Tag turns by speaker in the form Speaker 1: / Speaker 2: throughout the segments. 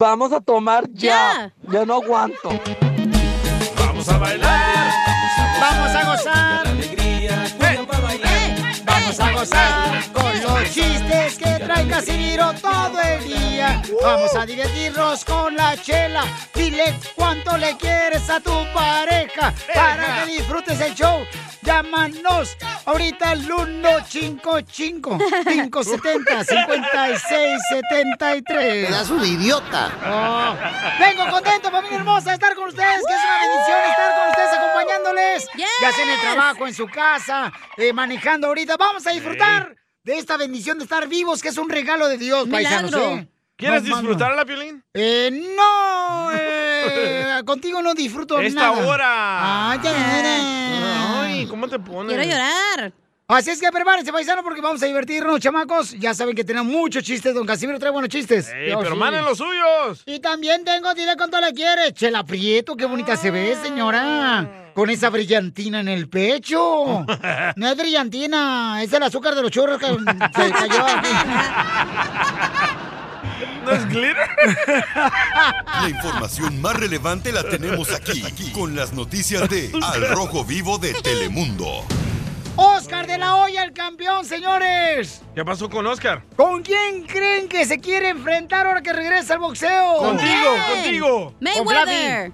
Speaker 1: Vamos a tomar ya. Ya, no aguanto.
Speaker 2: Vamos a bailar.
Speaker 3: Vamos a gozar. Vamos a gozar con los chistes que trae Casimiro todo el día. Vamos a divertirnos con la chela. Dile cuánto le quieres a tu pareja para que disfrutes el show. Llámanos ahorita al 155 570 5673.
Speaker 4: Pedazo de idiota.
Speaker 3: Oh. Vengo contento, familia hermosa, de estar con ustedes, que es una bendición estar con ustedes acompañándoles. Ya sea en el trabajo, en su casa, eh, manejando ahorita. Vamos a disfrutar de esta bendición de estar vivos, que es un regalo de Dios, paisanos.
Speaker 5: Milagro.
Speaker 3: ¿eh?
Speaker 5: ¿Quieres
Speaker 3: Más, más,
Speaker 5: disfrutar
Speaker 3: más.
Speaker 5: la piolín?
Speaker 3: Eh, no, eh, contigo no disfruto
Speaker 5: Esta
Speaker 3: nada.
Speaker 5: hora.
Speaker 3: Ay, ya.
Speaker 5: Ay, ¿cómo te pones?
Speaker 3: Quiero llorar. Así es que prepárense, paisano, porque vamos a divertirnos, chamacos. Ya saben que tenemos muchos chistes. Don Casimiro trae buenos chistes.
Speaker 5: Ey, pero manden los
Speaker 3: suyos. Y también tengo, dile cuánto le quieres. Chela Prieto, qué bonita se ve, señora. Con esa brillantina en el pecho. No es brillantina, es el azúcar de los churros que se cayó aquí.
Speaker 5: ¿No es glitter?
Speaker 6: La información más relevante la tenemos aquí, aquí, con las noticias de Al Rojo Vivo de Telemundo.
Speaker 3: Oscar de la Hoya, el campeón, señores.
Speaker 5: ¿Qué pasó con Oscar?
Speaker 3: ¿Con quién creen que se quiere enfrentar ahora que regresa al boxeo?
Speaker 5: Contigo, contigo.
Speaker 3: Mayweather.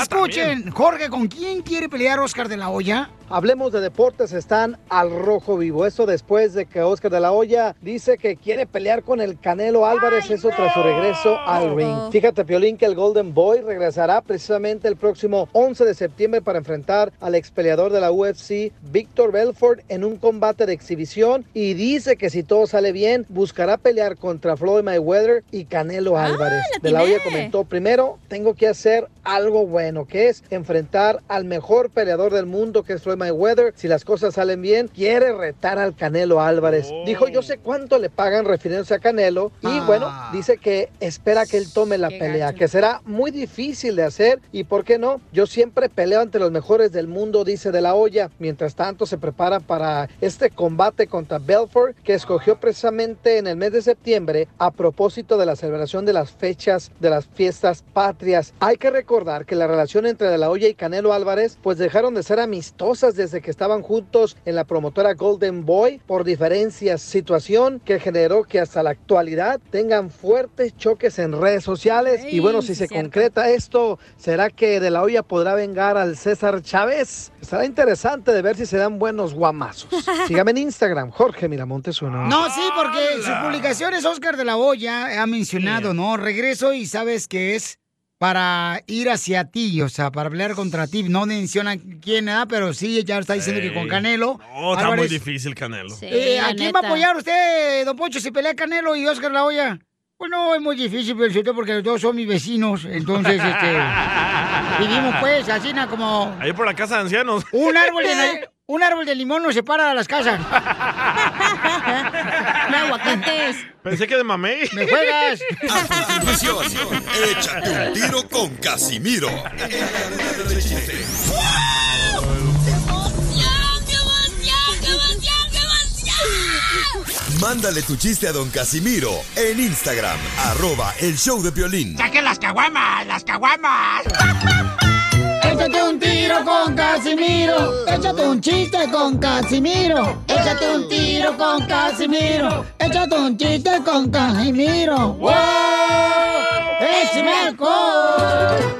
Speaker 3: Escuchen, Jorge, ¿con quién quiere pelear Oscar de la Hoya?
Speaker 7: Hablemos de deportes, están al rojo vivo. Eso después de que Oscar de la Hoya dice que quiere pelear con el Canelo Álvarez, eso tras su regreso al ring. Fíjate, Piolín, que el Golden Boy regresará precisamente el próximo 11 de septiembre para enfrentar al ex peleador de la UFC, Víctor Belfort, en un combate de exhibición. Y dice que si todo sale bien, buscará pelear contra Floyd Mayweather y Canelo Álvarez. de la Hoya comentó, primero, tengo que hacer algo bueno, que es enfrentar al mejor peleador del mundo, que es Floyd Mayweather. Si las cosas salen bien, quiere retar al Canelo Álvarez. Dijo, yo sé cuánto le pagan refiriéndose a Canelo. Y bueno, dice que espera que él tome la pelea, que será muy difícil de hacer. Y por qué no, yo siempre peleo ante los mejores del mundo, dice De La Hoya. Mientras tanto, se prepara para este combate contra Belfort, que escogió precisamente en el mes de septiembre a propósito de la celebración de las fechas de las fiestas patrias. Hay que recordar que la relación entre De La Hoya y Canelo Álvarez pues dejaron de ser amistosas desde que estaban juntos en la promotora Golden Boy por diferencias, situación que generó que hasta la actualidad tengan fuertes choques en redes sociales. y bueno,
Speaker 8: Ey,
Speaker 7: si
Speaker 8: sí,
Speaker 7: se
Speaker 8: cierto.
Speaker 7: concreta esto, ¿será que De La Hoya podrá vengar al César Chávez? Estará interesante de ver si se dan buenos guamazos. Sígame en Instagram, Jorge Miramontes uno.
Speaker 3: No, sí, porque sus publicaciones Oscar de la Hoya ha mencionado, ¿no? Regreso y sabes que es para ir hacia ti, o sea, para pelear contra ti. No menciona quién, nada, pero sí, ya está diciendo que con Canelo.
Speaker 5: No, está muy
Speaker 3: Álvarez.
Speaker 5: difícil, Canelo.
Speaker 3: Eh, ¿A quién va a apoyar usted, don Poncho, si pelea Canelo y Oscar La Hoya? Pues no, es muy difícil, pero siento porque los dos son mis vecinos, entonces, este... vivimos, pues, así, na, como...
Speaker 5: Ahí por la casa de ancianos.
Speaker 3: Un árbol de, un árbol de limón nos separa de las casas. aguacates.
Speaker 5: Pensé que de mamey.
Speaker 3: ¡Me juegas!
Speaker 6: A continuación, échate un tiro con Casimiro. Mándale tu chiste a don Casimiro en Instagram, arroba el show de violín.
Speaker 3: ¡Saquen las caguamas! ¡Las caguamas! Échate un tiro con Casimiro. Échate un chiste con Casimiro. Échate un tiro con Casimiro. Échate un chiste con Casimiro. ¡Wow! ¡Es ¡Écheme alcohol!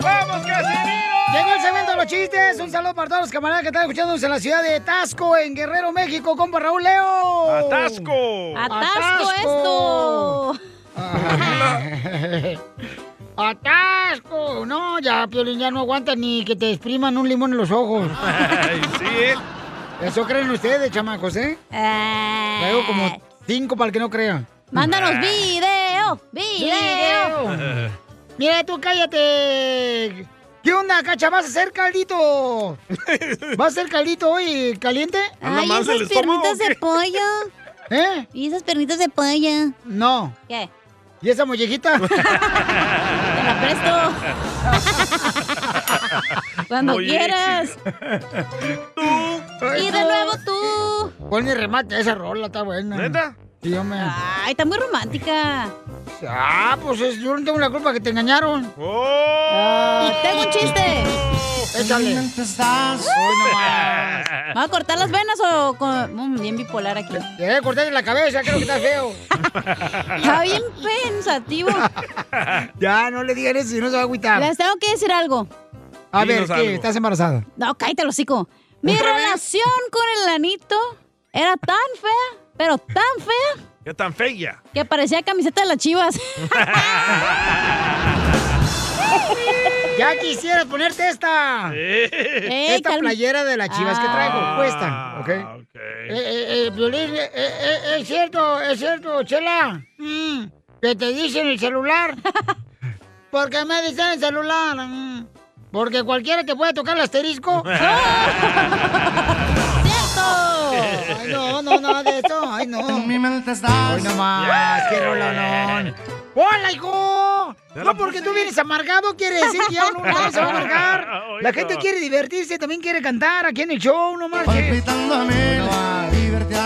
Speaker 3: ¡Vamos, Casimiro! Llegó el segmento de los chistes. Un saludo para todos los camaradas que están escuchándonos en la ciudad de Tasco, en Guerrero, México, compa Raúl Leo.
Speaker 5: ¡Atasco!
Speaker 3: ¡Atasco esto! ¡Atasco! No, ya, Piolín, ya no aguanta ni que te expriman un limón en los ojos.
Speaker 5: sí, ¿eh?
Speaker 3: Eso creen ustedes, chamacos, ¿eh? Traigo como Ah. cinco para el que no crea.
Speaker 8: Eh, Mándanos eh. video, video.
Speaker 3: Mira, tú ¡Oh, cállate. ¿Qué onda, cacha? ¿Vas a hacer caldito? ¿Vas a hacer caldito hoy caliente?
Speaker 8: Ay, esas piernitas de pollo.
Speaker 3: ¿Eh?
Speaker 8: ¿Y esas piernitas de pollo?
Speaker 3: No.
Speaker 8: ¿Qué?
Speaker 3: ¿Y esa mollejita?
Speaker 8: Te la presto. Cuando
Speaker 3: Oye.
Speaker 8: quieras. Y de nuevo tú.
Speaker 3: Ponle remate a esa rola, está buena.
Speaker 8: ¿Neta?
Speaker 3: Sí, hombre.
Speaker 8: Ay, está muy romántica.
Speaker 3: Ah, pues es- yo no tengo la culpa que te engañaron.
Speaker 8: Y tengo un chiste.
Speaker 3: Échale.
Speaker 8: ¿Me va a cortar las venas o con... Mm, bien bipolar aquí?
Speaker 3: Eh, cortarle la cabeza, creo que está feo.
Speaker 8: Está bien pensativo.
Speaker 3: Ya, no le digan eso, si no se va a agüitar.
Speaker 8: Les tengo que decir algo.
Speaker 3: A
Speaker 8: Dinos
Speaker 3: ver, ¿qué?
Speaker 8: algo.
Speaker 3: ¿Estás embarazada?
Speaker 8: No, cállate el hocico. Mi relación con el lanito era tan fea, pero tan fea,
Speaker 5: ¡Qué tan fea!
Speaker 8: que parecía camiseta de las chivas.
Speaker 3: Ya quisieras ponerte esta.
Speaker 8: Ey,
Speaker 3: Eh, esta
Speaker 8: calma.
Speaker 3: playera de las chivas que traigo, puesta. Ah, ¿Ok? Eh, eh, eh, Violín, eh, eh, eh, es cierto, es cierto, Chela. Mm, que te dicen el celular. ¿Por qué me dicen el celular? Mm, porque cualquiera te puede tocar el asterisco. ¡Oh! ¡Cierto! Ay, no, no, no, de esto. Ay, no. Mi mente está. Ay, no más, qué rolonón. ¡Hola, hijo! No, porque tú vienes amargado, quiere decir que ya uno no se va a amargar.
Speaker 2: Ay,
Speaker 3: La
Speaker 2: no.
Speaker 3: gente quiere divertirse, también quiere cantar aquí en el show, no más. a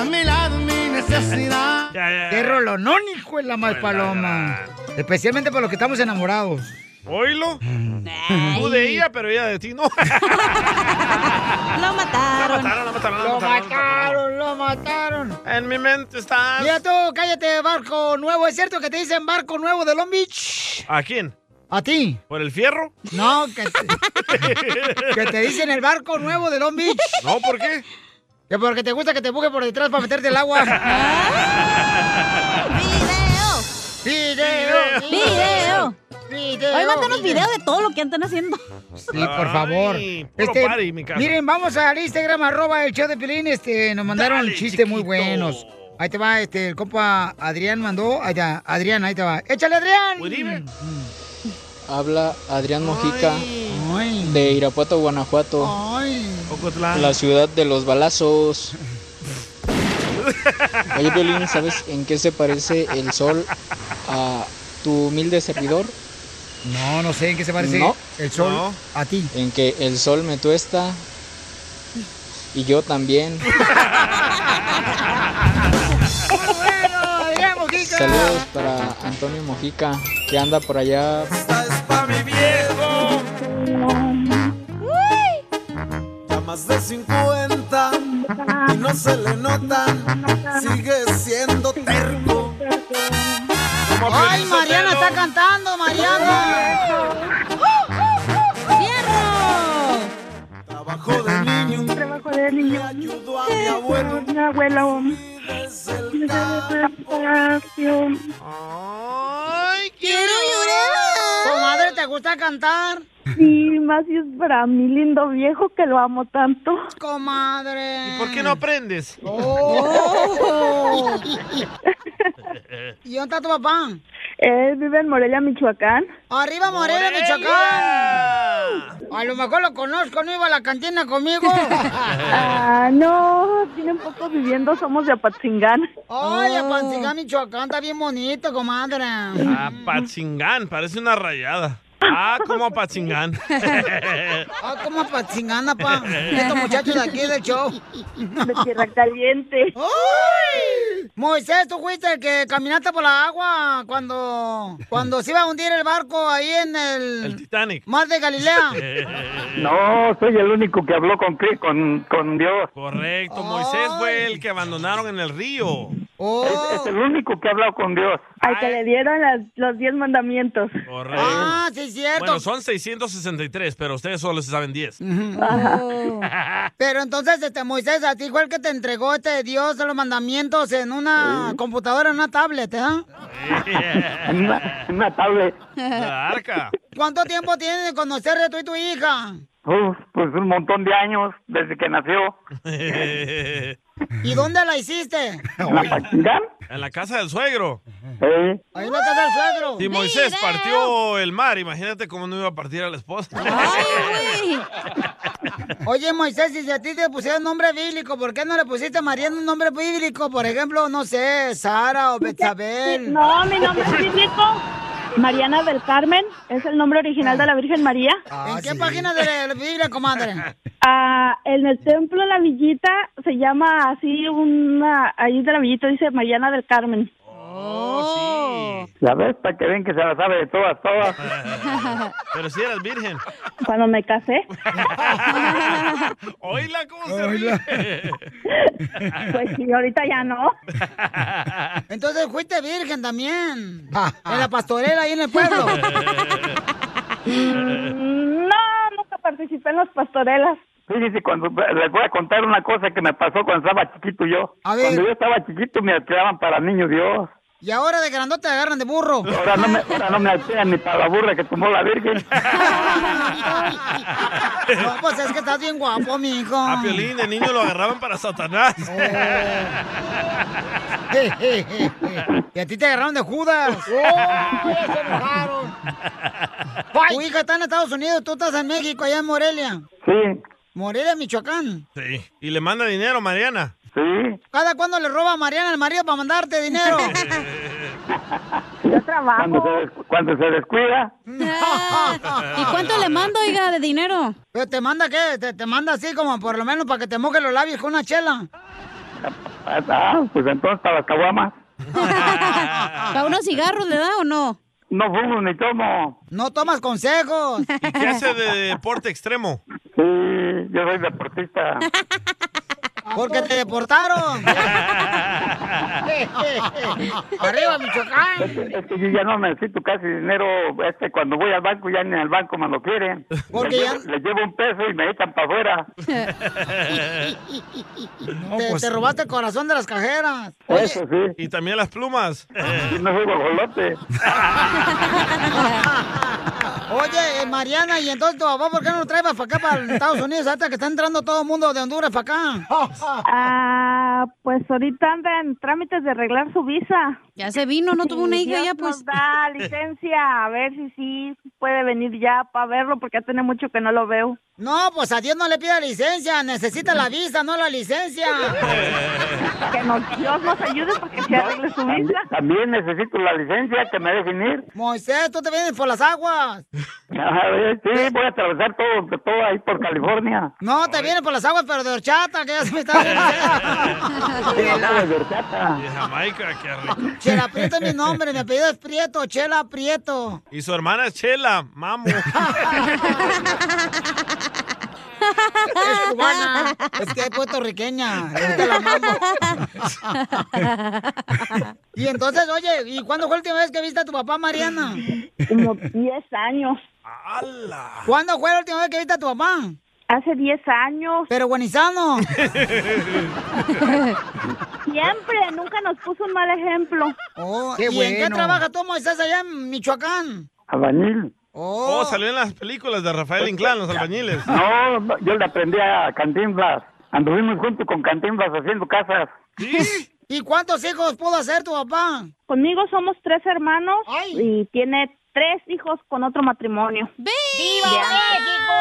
Speaker 3: mi lado, mi necesidad. Qué rolonón, hijo de la más paloma. Especialmente para los que estamos enamorados.
Speaker 5: ¿Oílo? Tú de ella, pero ella de ti no.
Speaker 8: Lo
Speaker 5: Lo
Speaker 8: mataron.
Speaker 5: mataron,
Speaker 3: Lo mataron, lo mataron.
Speaker 5: En mi mente estás.
Speaker 3: Mira tú, cállate, barco nuevo. ¿Es cierto que te dicen barco nuevo de Long Beach?
Speaker 5: ¿A quién?
Speaker 3: ¿A ti?
Speaker 5: ¿Por el fierro?
Speaker 3: No, que te, que te dicen el barco nuevo de Long Beach.
Speaker 5: No, ¿por qué?
Speaker 3: Que porque te gusta que te empuje por detrás para meterte el agua. ¡Video!
Speaker 8: ¡Video! ¡Video!
Speaker 3: ¡Video!
Speaker 8: Hoy mándanos video de todo lo que andan haciendo.
Speaker 3: Sí, por favor. Este,
Speaker 5: Ay, puro party, mi casa.
Speaker 3: Miren, vamos al Instagram, arroba el show de Pilín. Este, nos mandaron chistes muy buenos. Ahí te va, este, el compa Adrián mandó. Ahí está, Adrián, ahí te va. ¡Échale, Adrián!
Speaker 5: Pues
Speaker 9: Habla Adrián Mojica de Irapuato, Guanajuato, la ciudad de los balazos. Oye, Violín, ¿sabes en qué se parece el sol a tu humilde servidor?
Speaker 3: No, no sé en qué se parece el sol a ti.
Speaker 9: En que el sol me tuesta y yo también.
Speaker 3: bueno, Adrián Mojica!
Speaker 9: Saludos para Antonio Mojica, que anda por allá.
Speaker 2: Ya más de 50 y no se le notan. Sigue siendo terco.
Speaker 3: ¡Ay, Mariana está cantando, Mariana! ¡Fierro!
Speaker 2: Trabajo de niño.
Speaker 10: Trabajo de niño.
Speaker 2: Ayudo a mi abuelo.
Speaker 10: Mi abuelo.
Speaker 3: ¡Ay, quiero llorar! Comadre, ¿te gusta cantar?
Speaker 10: Y más si es para mi lindo viejo que lo amo tanto.
Speaker 3: Comadre.
Speaker 5: ¿Por qué no aprendes?
Speaker 3: Oh. ¿Y dónde está tu papá?
Speaker 10: Él vive en Morelia, Michoacán.
Speaker 3: ¡Arriba Morelia, Michoacán! A lo mejor lo conozco, no iba a la cantina conmigo.
Speaker 10: Ah, no, tiene un poco viviendo, somos de Apatzingán.
Speaker 3: ¡Ay, Apatzingán, Michoacán! Está bien bonito, comadre. Ah,
Speaker 5: A Patzingán, Ah, parece una rayada. Ah, como a Patzingán.
Speaker 3: ¡Ah, como Apatzingán, pa! Estos muchachos Este de aquí del show. De
Speaker 10: Tierra Caliente.
Speaker 3: ¡Ay! Moisés, tú fuiste el que caminaste por la agua cuando, cuando se iba a hundir el barco ahí en el...
Speaker 5: Titanic.
Speaker 3: Mar de Galilea.
Speaker 11: No, soy el único que
Speaker 5: Pues,
Speaker 11: habló con, Cri- con, con Dios.
Speaker 5: Correcto, Moisés fue el que abandonaron en el río.
Speaker 3: Oh.
Speaker 11: Es, es el único que ha hablado con Dios.
Speaker 10: Al que le dieron las- los diez mandamientos.
Speaker 5: Correcto.
Speaker 3: Ah, sí, es cierto.
Speaker 5: Bueno, son 663, pero ustedes solo se saben 10.
Speaker 3: Pero entonces, este, Moisés, a ti igual que te entregó este Dios de los mandamientos en una computadora, en una tablet, ¿ah?
Speaker 11: Una, una tablet.
Speaker 5: La arca.
Speaker 3: ¿Cuánto tiempo tienes de conocerle tú y tu hija?
Speaker 11: Uf, pues un montón de años desde que nació.
Speaker 3: ¿Y dónde la hiciste?
Speaker 5: En la casa del suegro.
Speaker 3: Ahí en la casa del suegro.
Speaker 5: Si Moisés partió el mar, imagínate cómo no iba a partir a la esposa.
Speaker 3: Ah. Oye, Moisés, si a ti te pusieron nombre bíblico, ¿por qué no le pusiste a Mariana un nombre bíblico? Por ejemplo, no sé, Sara o Betabel.
Speaker 10: No, mi nombre es bíblico. Mariana del Carmen es el nombre original de la Virgen María.
Speaker 8: Ah,
Speaker 3: ¿En qué página de la Biblia, comadre?
Speaker 10: Ah, en el templo de la Villita se llama así una ahí de la Villita dice Mariana del Carmen.
Speaker 8: Oh.
Speaker 11: Ya ves, para que ven que se la sabe de todas, todas.
Speaker 5: Pero si eras virgen.
Speaker 10: Cuando me casé,
Speaker 5: Oíla cómo se ríe.
Speaker 10: pues sí, ahorita ya no.
Speaker 3: Entonces fuiste virgen también. En la pastorela ahí en el pueblo.
Speaker 10: Mm, No, nunca participé en las pastorelas.
Speaker 11: Fíjense, cuando, les voy a contar una cosa que me pasó cuando estaba chiquito yo.
Speaker 3: A ver.
Speaker 11: Cuando yo estaba chiquito me alquilaban para niño Dios.
Speaker 3: Y ahora de grandote te agarran de burro.
Speaker 11: Ahora no me, ahora no me alquilan ni para la burra que tomó la Virgen.
Speaker 3: No, pues es que estás bien guapo, mijo.
Speaker 5: A Ah, Piolín de niño lo agarraban para Satanás. Eh.
Speaker 3: Y a ti te agarraron de Judas.
Speaker 11: Oh, pues,
Speaker 3: se enojaron. Tu hija está en Estados Unidos, tú estás en México, allá en Morelia.
Speaker 11: Sí.
Speaker 3: Morelia, Michoacán.
Speaker 5: Sí. ¿Y le manda dinero, Mariana?
Speaker 11: Sí.
Speaker 3: ¿Cada cuándo le roba a Mariana al marido para mandarte dinero?
Speaker 10: Yo trabajo.
Speaker 11: Cuando se, des- cuando se descuida,
Speaker 8: ¿Y cuánto le mando, oiga, de dinero?
Speaker 3: ¿Pero te manda qué? ¿Te, te manda así como por lo menos para que te moje los labios con una chela?
Speaker 11: ah, pues entonces para las caguamas.
Speaker 8: ¿Para unos cigarros le da o no?
Speaker 11: No fumo ni tomo.
Speaker 3: No tomas consejos.
Speaker 5: ¿Qué hace de deporte extremo?
Speaker 11: Sí, yo soy deportista.
Speaker 3: Porque te deportaron. Arriba, Michoacán.
Speaker 11: Es que yo ya no necesito casi dinero. Este, cuando voy al banco, ya ni al banco me lo quieren.
Speaker 3: Porque
Speaker 11: le,
Speaker 3: ya-
Speaker 11: llevo, le llevo un peso y me echan para afuera.
Speaker 3: te,
Speaker 5: pues-
Speaker 3: te robaste el corazón de las cajeras.
Speaker 11: Eso sí.
Speaker 5: Y también las plumas.
Speaker 11: No soy guajolote.
Speaker 3: Oye, eh, Mariana, y entonces tu papá, ¿por qué no lo traes para acá, para Estados Unidos? Hasta que está entrando todo el mundo de Honduras para acá.
Speaker 10: Ah, pues ahorita anda en trámites de arreglar su visa.
Speaker 8: Ya se vino, no tuvo una hija ya, pues.
Speaker 10: Nos da licencia, a ver si sí puede venir ya para verlo, porque ya tiene mucho que no lo veo.
Speaker 3: No, pues a Dios no le pida licencia, necesita la visa, no la licencia.
Speaker 10: Que nos, Dios nos ayude porque se arregle su
Speaker 11: También,
Speaker 10: visa.
Speaker 11: también necesito la licencia que me dejen ir.
Speaker 3: Moisés, tú te vienes por las aguas.
Speaker 11: A ver, eh, Sí, voy a atravesar todo, todo ahí por California.
Speaker 3: No, te vienes por las aguas, pero de horchata, que ya se me está
Speaker 11: Agua de horchata.
Speaker 5: De Jamaica, qué rico.
Speaker 3: Chela Prieto es mi nombre, mi apellido es Prieto, Chela Prieto.
Speaker 5: Y su hermana es Chela, mamo.
Speaker 3: Es cubana, es que es puertorriqueña, le gusta la mamo. Y entonces, oye, ¿y cuándo fue la última vez que viste a tu papá, Mariana?
Speaker 10: Como 10 años.
Speaker 3: ¿Cuándo fue la última vez que viste a tu papá?
Speaker 10: Hace 10 años.
Speaker 3: Pero buenizano.
Speaker 10: Siempre, nunca nos puso un mal ejemplo.
Speaker 3: Oh, ¿Y en qué trabaja tú, Moisés, allá en Michoacán?
Speaker 11: Albañil.
Speaker 5: Oh, salió en las películas de Rafael Inclán, los albañiles.
Speaker 11: No, no, yo le aprendí a Cantinflas. Anduvimos juntos con Cantinflas haciendo casas.
Speaker 3: ¿Y cuántos hijos pudo hacer tu papá?
Speaker 10: Conmigo somos tres hermanos y tiene tres hijos con otro matrimonio.
Speaker 3: ¡Viva México!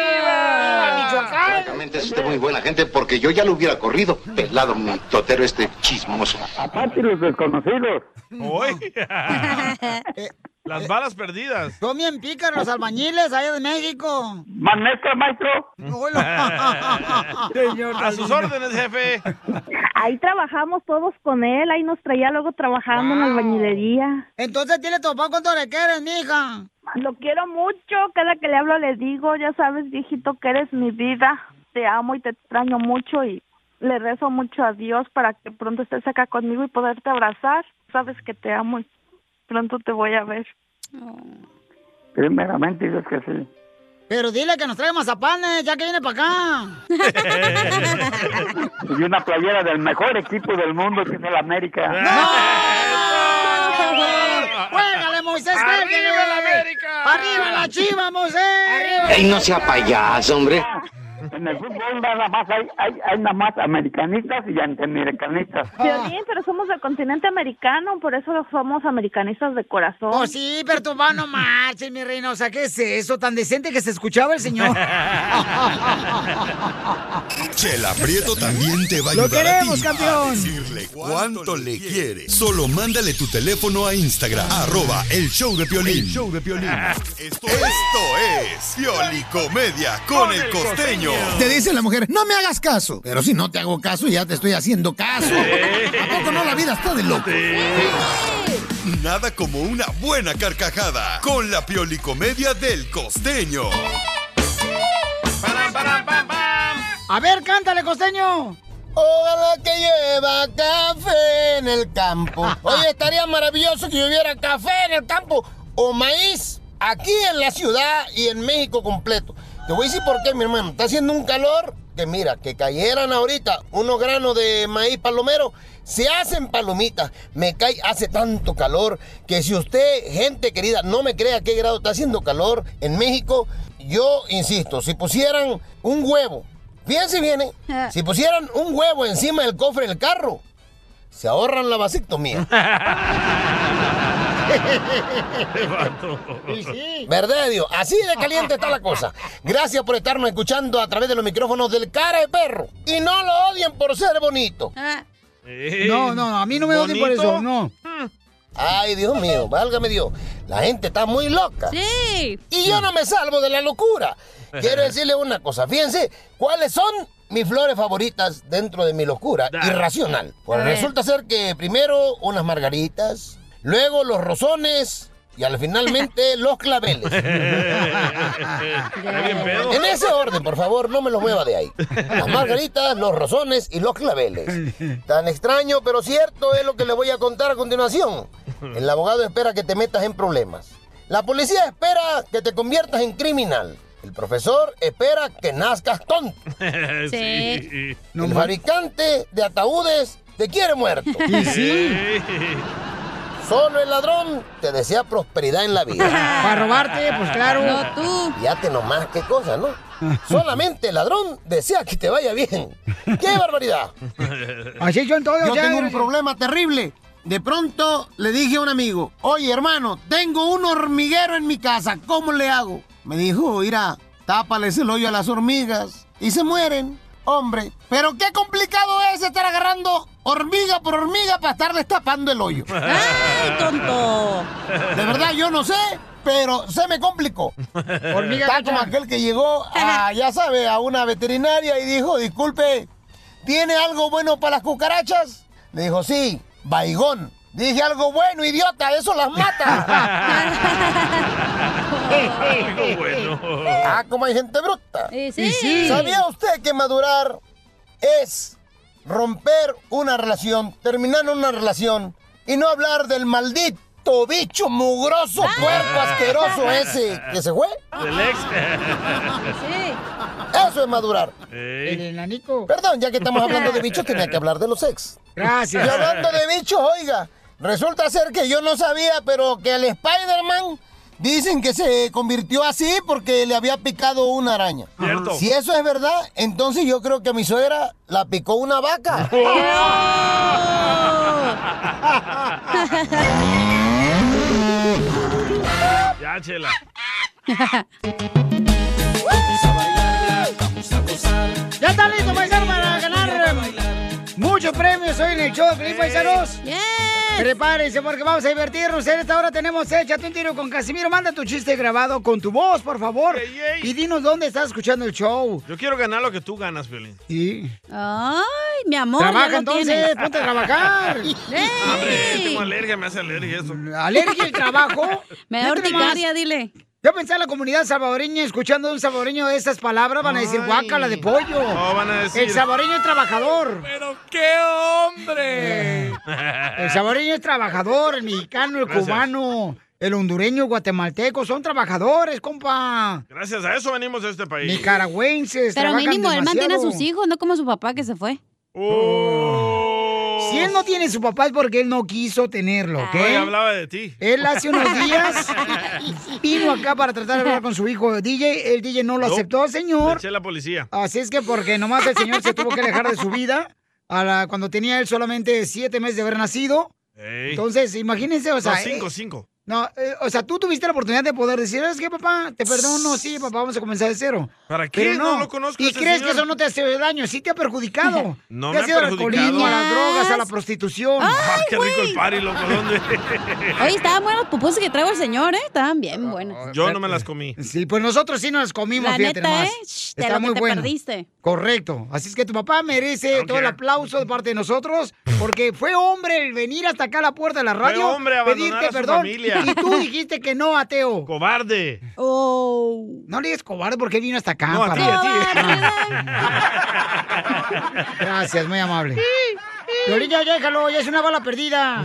Speaker 3: ¡Viva!
Speaker 12: Francamente, es usted muy buena gente porque yo ya lo hubiera corrido. Pelado, mi totero este chismoso.
Speaker 11: Aparte los desconocidos.
Speaker 5: Hoy. Las balas perdidas.
Speaker 3: Son bien pícaros los albañiles allá de México.
Speaker 11: Maestro, maestro.
Speaker 5: A sus órdenes, jefe.
Speaker 10: Ahí trabajamos todos con él, ahí nos traía luego trabajando en la albañilería.
Speaker 3: Entonces dile a tu papá cuánto le quieres, mija.
Speaker 10: Lo quiero mucho, cada que le hablo le digo, ya sabes, viejito, que eres mi vida. Te amo y te extraño mucho y le rezo mucho a Dios para que pronto estés acá conmigo y poderte abrazar. Sabes que te amo y pronto te voy a ver. Ah.
Speaker 11: Primeramente, Dios que sí.
Speaker 3: Pero dile que nos traiga mazapanes, ya que viene para acá.
Speaker 11: Y una playera del mejor equipo del mundo, que es el América.
Speaker 3: ¡Juégale, Moisés! ¡Arriba la América! ¡Arriba la chiva, Moisés!
Speaker 12: Ey, no sea payaso, hombre.
Speaker 11: En el fútbol nada más hay, hay, hay nada más americanistas y antiamericanistas.
Speaker 10: Violín, pero somos del continente americano, por eso somos americanistas de corazón.
Speaker 3: Oh, sí, pero tu mano no marches, mi reina. O sea, ¿qué es eso tan decente que se escuchaba el señor?
Speaker 6: Chela Prieto también te va a
Speaker 3: Lo
Speaker 6: ayudar a
Speaker 3: queremos,
Speaker 6: ti
Speaker 3: campeón.
Speaker 6: a decirle cuánto le quiere. Solo mándale tu teléfono a Instagram, arroba el show de Piolín.
Speaker 13: El show
Speaker 6: de Esto, es Piolicomedia con el costeño.
Speaker 13: Te dice la mujer, no me hagas caso. Pero si no te hago caso, ya te estoy haciendo caso. ¿A poco no la vida está de loco?
Speaker 6: Nada como una buena carcajada con la Piolicomedia del costeño.
Speaker 3: A ver, cántale, costeño.
Speaker 14: Ojalá que lleva café en el campo. Oye, estaría maravilloso que hubiera café en el campo o maíz aquí en la ciudad y en México completo. Te voy a decir por qué, mi hermano. Está haciendo un calor que mira, que cayeran ahorita unos granos de maíz palomero, se hacen palomitas. Me cae, hace tanto calor que si usted, gente querida, no me crea qué grado está haciendo calor en México, yo insisto, si pusieran un huevo, fíjense bien, ¿eh?
Speaker 15: Ah.
Speaker 14: si pusieran un huevo encima del cofre del carro, se ahorran la vasectomía. ¿Verdad, Dios? Así de caliente está la cosa. Gracias por estarnos escuchando a través de los micrófonos del cara de perro. Y no lo odien por ser bonito.
Speaker 3: No, no, no, a mí no me odien por eso, no.
Speaker 16: Mm.
Speaker 14: Ay, Dios mío, válgame Dios. La gente está muy loca. Sí. Y yo no me salvo de la locura. Quiero decirle una cosa. Fíjense, ¿cuáles son mis flores favoritas dentro de mi locura irracional? Pues
Speaker 17: A ver.
Speaker 14: resulta ser que primero unas margaritas, luego los rosones y al finalmente los claveles. En ese orden, por favor, no me los mueva de ahí. Las margaritas, los rosones y los claveles. Tan extraño, pero cierto es lo que les voy a contar a continuación. El abogado espera que te metas en problemas. La policía espera que te conviertas en criminal. El profesor espera que nazcas tonto.
Speaker 17: Sí.
Speaker 14: El fabricante de ataúdes te quiere muerto. Solo el ladrón te desea prosperidad en la vida.
Speaker 3: Para robarte, pues claro. No,
Speaker 14: tú. Fíjate nomás qué cosa, ¿no? Solamente el ladrón desea que te vaya bien. ¡Qué barbaridad!
Speaker 3: Así yo entonces
Speaker 14: Yo
Speaker 3: ya.
Speaker 14: tengo
Speaker 13: un
Speaker 14: problema
Speaker 13: terrible. De pronto le dije a un amigo, oye hermano, tengo un hormiguero en mi casa, ¿cómo le hago? Me dijo, mira, tápales el hoyo a las hormigas y se mueren. Hombre, pero qué complicado es estar agarrando hormiga por hormiga para estar destapando el hoyo.
Speaker 3: Ah,
Speaker 17: ¡Ay,
Speaker 13: tonto! De verdad, yo no sé, pero se me complicó.
Speaker 14: Hormiga
Speaker 13: Está como
Speaker 14: cachada.
Speaker 13: aquel que llegó a, ya sabe, a una veterinaria y dijo, disculpe, ¿tiene algo bueno para las cucarachas? Le dijo, sí, baigón. Dije algo bueno, idiota, eso las mata.
Speaker 14: Ah, como hay gente bruta.
Speaker 13: sí. Y sí.
Speaker 14: ¿Sabía usted que madurar es romper una relación, terminar una relación y no hablar del maldito bicho mugroso,
Speaker 13: Ah.
Speaker 14: puerco asqueroso ese que se fue?
Speaker 5: Del ex.
Speaker 14: Eso es madurar.
Speaker 3: El enanico.
Speaker 14: Perdón, ya que estamos hablando de bichos, tenía que hablar de los ex.
Speaker 3: Gracias.
Speaker 14: Y hablando de bichos, oiga, resulta ser que yo no sabía, pero que el Spider-Man dicen que se convirtió así porque le había picado una araña.
Speaker 17: Cierto.
Speaker 14: Si eso es verdad, entonces yo creo que a mi suegra la picó una vaca.
Speaker 5: Ya, chela.
Speaker 3: Ya está listo, paisano, para ganar muchos premios hoy en el show, Felipe Paisanos. Prepárense porque vamos a divertirnos. En esta hora tenemos Échate un tiro con Casimiro. Manda tu chiste grabado con tu voz, por favor. Y dinos dónde estás escuchando el show.
Speaker 5: Yo quiero ganar lo que tú ganas, Violín.
Speaker 3: Sí.
Speaker 8: Ay, mi amor.
Speaker 3: Trabaja
Speaker 8: ya lo
Speaker 3: entonces,
Speaker 8: tienes. Eh,
Speaker 3: ponte a trabajar. Mm,
Speaker 8: Ey.
Speaker 5: Tengo alergia, me hace alergia eso.
Speaker 3: Alergia al trabajo.
Speaker 8: Me da
Speaker 3: Fíjate nomás.
Speaker 8: urticaria, dile.
Speaker 3: Yo pensé en la comunidad salvadoreña, escuchando a un salvadoreño estas palabras, van a decir guácala de pollo.
Speaker 17: No, van a decir-
Speaker 3: El salvadoreño es trabajador.
Speaker 17: Pero qué hombre.
Speaker 3: El saboreño es trabajador, el mexicano, el
Speaker 5: Gracias.
Speaker 3: cubano, el hondureño, el guatemalteco, son trabajadores, compa.
Speaker 5: Gracias a eso venimos a este país.
Speaker 3: Nicaragüenses.
Speaker 8: Pero
Speaker 3: trabajan
Speaker 8: mínimo, él mantiene a
Speaker 3: demasiado.
Speaker 8: sus hijos, no como su papá que se fue.
Speaker 3: Oh. Si él no tiene su papá es porque él no quiso tenerlo, ¿ok?
Speaker 5: Oye, hablaba de ti.
Speaker 3: Él hace unos días vino acá para tratar de hablar con su hijo DJ, el DJ no lo
Speaker 5: No.
Speaker 3: aceptó,
Speaker 5: Le
Speaker 3: señor.
Speaker 5: eché a la policía.
Speaker 3: Así es que porque nomás el señor se tuvo que alejar de su vida a la- cuando tenía él solamente siete meses de haber nacido.
Speaker 5: Ey.
Speaker 3: Entonces, imagínense, o sea...
Speaker 5: No,
Speaker 3: eh,
Speaker 5: cinco, cinco.
Speaker 3: No, eh, o sea, tú tuviste la oportunidad de poder decir, es que papá, te perdono, sí, papá, vamos a comenzar de cero.
Speaker 5: ¿Para qué?
Speaker 3: Pero
Speaker 5: no, lo conozco.
Speaker 3: ¿Y
Speaker 5: ese
Speaker 3: crees que
Speaker 5: señor.
Speaker 3: eso no te ha hecho daño? Sí te ha perjudicado.
Speaker 5: No
Speaker 3: te
Speaker 5: me
Speaker 3: ha
Speaker 5: ha
Speaker 3: sido al
Speaker 5: perjudicado.
Speaker 3: alcoholismo, a las
Speaker 5: Yes.
Speaker 3: drogas, a la prostitución.
Speaker 5: Ah, qué rico el party, loco. ¿Dónde?
Speaker 8: Oye, estaban buenas las pupusas que trajo el señor, ¿eh? Estaban bien buenas.
Speaker 5: Yo no me las comí.
Speaker 3: Sí, pues nosotros sí nos comimos,
Speaker 8: La
Speaker 3: fíjate
Speaker 8: neta,
Speaker 3: nomás.
Speaker 8: ¿eh? Shh, de
Speaker 3: Está
Speaker 8: lo que
Speaker 3: muy
Speaker 8: te
Speaker 3: bueno.
Speaker 8: perdiste.
Speaker 3: Correcto. Así es que tu papá merece todo el
Speaker 8: care.
Speaker 3: aplauso de parte de nosotros, porque fue hombre el venir hasta acá a la puerta de la
Speaker 5: Fue
Speaker 3: radio,
Speaker 5: hombre a abandonar
Speaker 3: pedirte
Speaker 5: a su
Speaker 3: perdón.
Speaker 5: familia.
Speaker 3: Y tú dijiste que no, ateo.
Speaker 5: Cobarde.
Speaker 3: Oh. No le digas cobarde porque vino hasta acá.
Speaker 5: No, a ti,
Speaker 3: para-
Speaker 5: a ti.
Speaker 3: Ah. Gracias, muy amable. Violín, ya déjalo, ya es una bala perdida.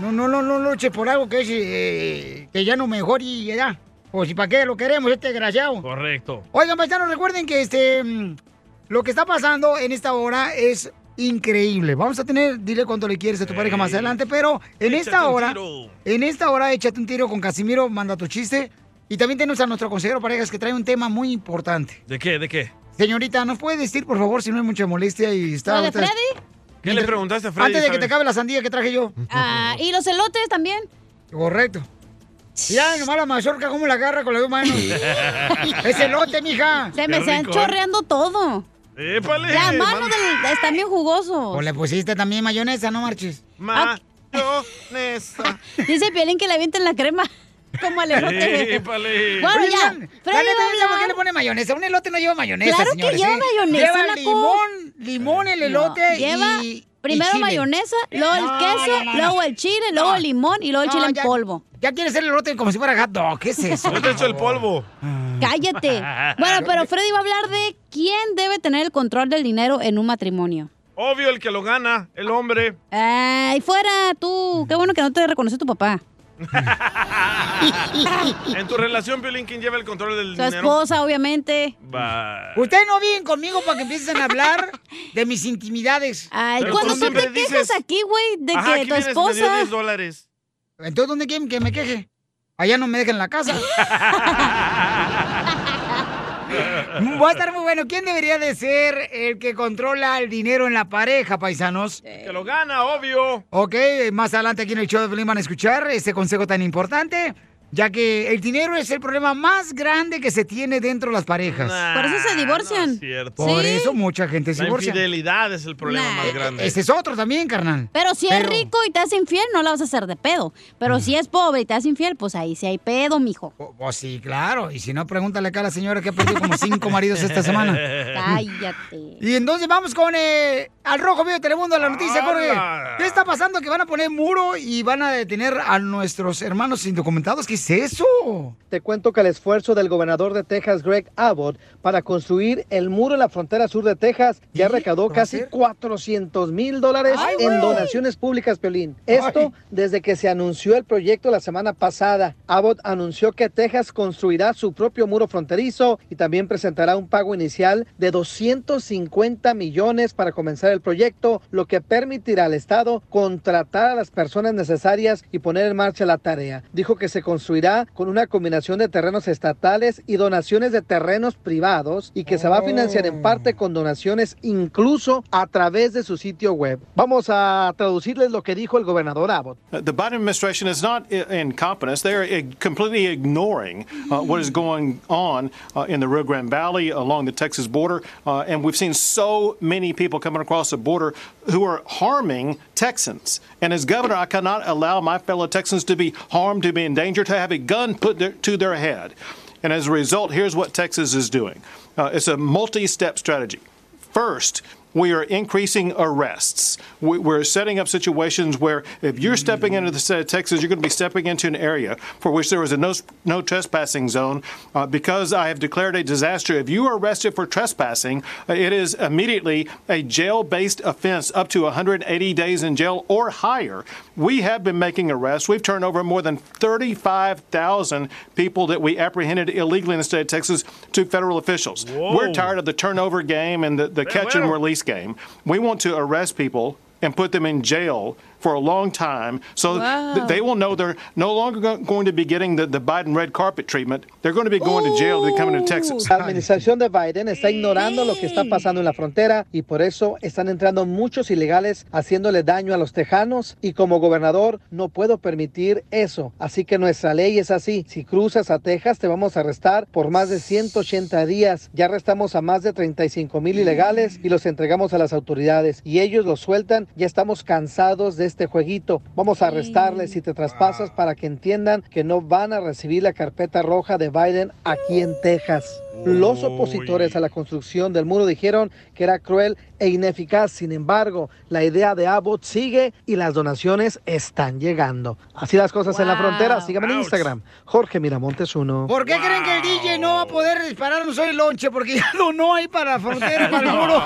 Speaker 3: No, no, no, no luche por algo que es eh, que ya no mejor y ya. O si para qué lo queremos, este desgraciado.
Speaker 5: Correcto.
Speaker 3: Oigan, paisanos, recuerden que este mm, lo que está pasando en esta hora es increíble. Vamos a tener, dile cuánto le quieres a tu pareja más adelante, pero en
Speaker 17: Échate
Speaker 3: esta
Speaker 17: un
Speaker 3: hora,
Speaker 17: tiro.
Speaker 3: en esta hora, échate un tiro con Casimiro, manda tu chiste. Y también tenemos a nuestro consejero parejas que trae un tema muy importante.
Speaker 5: ¿De qué? ¿De qué?
Speaker 3: Señorita, ¿nos puede decir, por favor, si no hay mucha molestia y está...
Speaker 8: ¿Lo de
Speaker 3: usted-
Speaker 8: Freddy?
Speaker 5: ¿Qué le preguntaste a Freddy?
Speaker 3: Antes de que
Speaker 5: esta
Speaker 3: te
Speaker 5: vez?
Speaker 3: acabe la sandía que traje yo.
Speaker 8: Ah, ¿Y los elotes también?
Speaker 3: Correcto. Mira nomás la mazorca, cómo la agarra con las dos manos. es elote, mija.
Speaker 8: Se me
Speaker 3: Qué
Speaker 8: se han
Speaker 3: rico, ¿eh?
Speaker 8: chorreando todo.
Speaker 5: ¡Épale!
Speaker 8: La mano del, están bien
Speaker 3: O
Speaker 8: jugosos.
Speaker 3: le pusiste también mayonesa, no marches.
Speaker 5: Mayonesa.
Speaker 8: Dice Piolín que le avienten la crema como al elote.
Speaker 5: Épale.
Speaker 8: Bueno,
Speaker 3: Oye,
Speaker 8: ya.
Speaker 3: miren,
Speaker 8: Freddy
Speaker 3: la neta,
Speaker 8: va a
Speaker 3: mira, ¿por qué
Speaker 8: hablar.
Speaker 3: le pone mayonesa? Un elote no lleva mayonesa,
Speaker 8: Claro que
Speaker 3: señores,
Speaker 8: lleva
Speaker 3: ¿eh?
Speaker 8: mayonesa,
Speaker 3: Lleva
Speaker 8: naco.
Speaker 3: limón, limón, el
Speaker 8: No,
Speaker 3: elote
Speaker 8: lleva
Speaker 3: y
Speaker 8: primero
Speaker 3: y chile.
Speaker 8: mayonesa, luego el
Speaker 3: No,
Speaker 8: queso,
Speaker 3: no, no, no.
Speaker 8: luego el chile, luego el limón y luego el
Speaker 3: No,
Speaker 8: chile en
Speaker 3: ya-
Speaker 8: polvo.
Speaker 3: Ya quieres el elote como si fuera hot dog, ¿qué es eso?
Speaker 5: Yo te echo el polvo.
Speaker 8: Cállate. Bueno, pero Freddy va a hablar de quién debe tener el control del dinero en un matrimonio.
Speaker 5: Obvio, el que lo gana, el hombre.
Speaker 8: Ay, fuera tú. Qué bueno que no te reconoce tu papá.
Speaker 5: en tu relación, Piolín, ¿quién lleva el control del
Speaker 8: Su
Speaker 5: dinero?
Speaker 8: esposa, obviamente.
Speaker 5: Va.
Speaker 3: Ustedes no vienen conmigo para que empiecen a hablar de mis intimidades.
Speaker 8: Ay,
Speaker 5: Pero cuando tú tú te siempre quejas dices-
Speaker 8: aquí, güey,
Speaker 5: Ajá, aquí vienes y me dio 10 dólares.
Speaker 3: Entonces, ¿dónde quieren que me queje? Allá no me dejan en la casa. Va a estar muy bueno. ¿Quién debería de ser el que controla el dinero en la pareja, paisanos?
Speaker 5: Que lo gana, obvio.
Speaker 3: Ok, más adelante aquí en el show de Pelín van a escuchar este consejo tan importante, ya que el dinero es el problema más grande que se tiene dentro de las parejas.
Speaker 8: Por eso se divorcian.
Speaker 5: Ah, Cierto.
Speaker 3: Por eso mucha gente se
Speaker 5: La
Speaker 3: divorcia. Eh,
Speaker 5: infidelidad es el problema
Speaker 8: E-,
Speaker 5: más grande.
Speaker 3: Ese es otro también, carnal.
Speaker 8: Pero si
Speaker 3: Pero-
Speaker 8: es rico y te hace infiel, no la vas a hacer de pedo. Pero si es pobre y te hace infiel, pues ahí sí hay pedo, mijo.
Speaker 3: Pues sí, claro. Y si no, pregúntale acá a la señora que ha perdido como cinco maridos esta semana.
Speaker 8: Cállate.
Speaker 3: Y entonces vamos con eh, al Rojo Vivo de Telemundo, la noticia, Jorge.
Speaker 17: ¡Hala!
Speaker 3: ¿Qué está pasando? Que van a poner muro y van a detener a nuestros hermanos indocumentados. ¿Qué es eso?
Speaker 7: Te cuento que el esfuerzo del gobernador de Texas, Greg Abbott, para construir el muro en la frontera sur de Texas ya recaudó casi 400 mil dólares
Speaker 13: Ay, güey.
Speaker 7: en donaciones públicas, Piolín. Esto desde que se anunció el proyecto la semana pasada. Abbott anunció que Texas construirá su propio muro fronterizo y también presentará un pago inicial de 250 millones para comenzar el proyecto, lo que permitirá al Estado contratar a las personas necesarias y poner en marcha la tarea. Dijo que se construirá con una combinación de terrenos estatales y donaciones de terrenos privados y que se va a financiar en parte con donaciones incluso a través de su sitio web. Vamos a traducirles lo que dijo el gobernador Abbott.
Speaker 18: Uh, The Biden administration is not i- incompetence. They are uh, completely ignoring uh, what is going on uh, in the Rio Grande Valley along the Texas border. Uh, and we've seen so many people coming across the border who are harming Texans. And as governor, I cannot allow my fellow Texans to be harmed, to be in danger, to have a gun put their, to their head. And as a result, here's what Texas is doing uh, it's a multi step strategy. First, we are increasing arrests. We, we're setting up situations where if you're stepping into the state of Texas, you're going to be stepping into an area for which there was a no, no trespassing zone. Uh, because I have declared a disaster, if you are arrested for trespassing, uh, it is immediately a jail based offense up to 180 days in jail or higher. We have been making arrests. We've turned over more than 35,000 people that we apprehended illegally in the state of Texas to federal officials. We're tired of the turnover game and the, the catch and release game. We want to arrest people and put them in jail for a long time so
Speaker 17: Wow.
Speaker 18: that they will know they're no longer go- going to be getting the, the Biden red carpet treatment. They're going to be going to jail if they come into Texas.
Speaker 7: La administración de Biden está ignorando lo que está pasando en la frontera y por eso están entrando muchos ilegales haciéndole daño a los tejanos y como gobernador no puedo permitir eso. Así que nuestra ley es así. Si cruzas a Texas te vamos a arrestar por más de 180 días. Ya arrestamos a más de 35 mil ilegales y los entregamos a las autoridades y ellos los sueltan. Ya estamos cansados de este jueguito. Vamos a arrestarles si te traspasas para que entiendan que no van a recibir la carpeta roja de Biden aquí en Texas. Los opositores a la construcción del muro dijeron que era cruel e ineficaz. Sin embargo, la idea de Abbott sigue y las donaciones están llegando. Así las cosas en la frontera. Síganme en Instagram. Jorge Miramontes 1.
Speaker 3: ¿Por qué creen que el DJ no va a poder dispararnos hoy lonche? Porque ya no hay para la frontera, para el muro.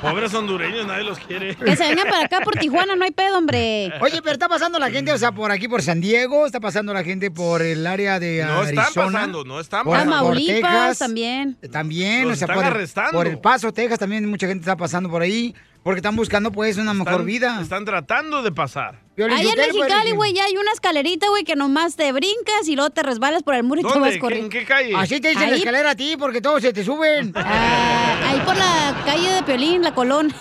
Speaker 5: Pobres hondureños, nadie los quiere.
Speaker 8: Que se vengan para acá por Tijuana, no hay pedo, hombre.
Speaker 3: Oye, pero está pasando la gente, o sea, por aquí, por San Diego, está pasando la gente por el área de
Speaker 5: No están
Speaker 3: Arizona.
Speaker 5: pasando, no están
Speaker 3: por- por
Speaker 5: pasando.
Speaker 8: Tamaulipas
Speaker 3: Texas,
Speaker 8: también.
Speaker 3: También,
Speaker 5: Los
Speaker 3: o sea,
Speaker 5: están
Speaker 3: por, el-
Speaker 5: arrestando.
Speaker 3: por El Paso, Texas, también mucha gente está pasando por ahí, porque están buscando, pues, una mejor vida.
Speaker 5: Están tratando de pasar.
Speaker 8: Allá en Mexicali, güey, ya hay una escalerita, güey, que nomás te brincas y luego te resbalas por el muro y te
Speaker 5: ¿Dónde?
Speaker 8: vas
Speaker 5: ¿Qué-
Speaker 8: corriendo.
Speaker 5: en qué calle?
Speaker 3: Así te dicen la escalera a ti, porque todos se te suben.
Speaker 8: Ah, ahí por la calle de Piolín, la Colón.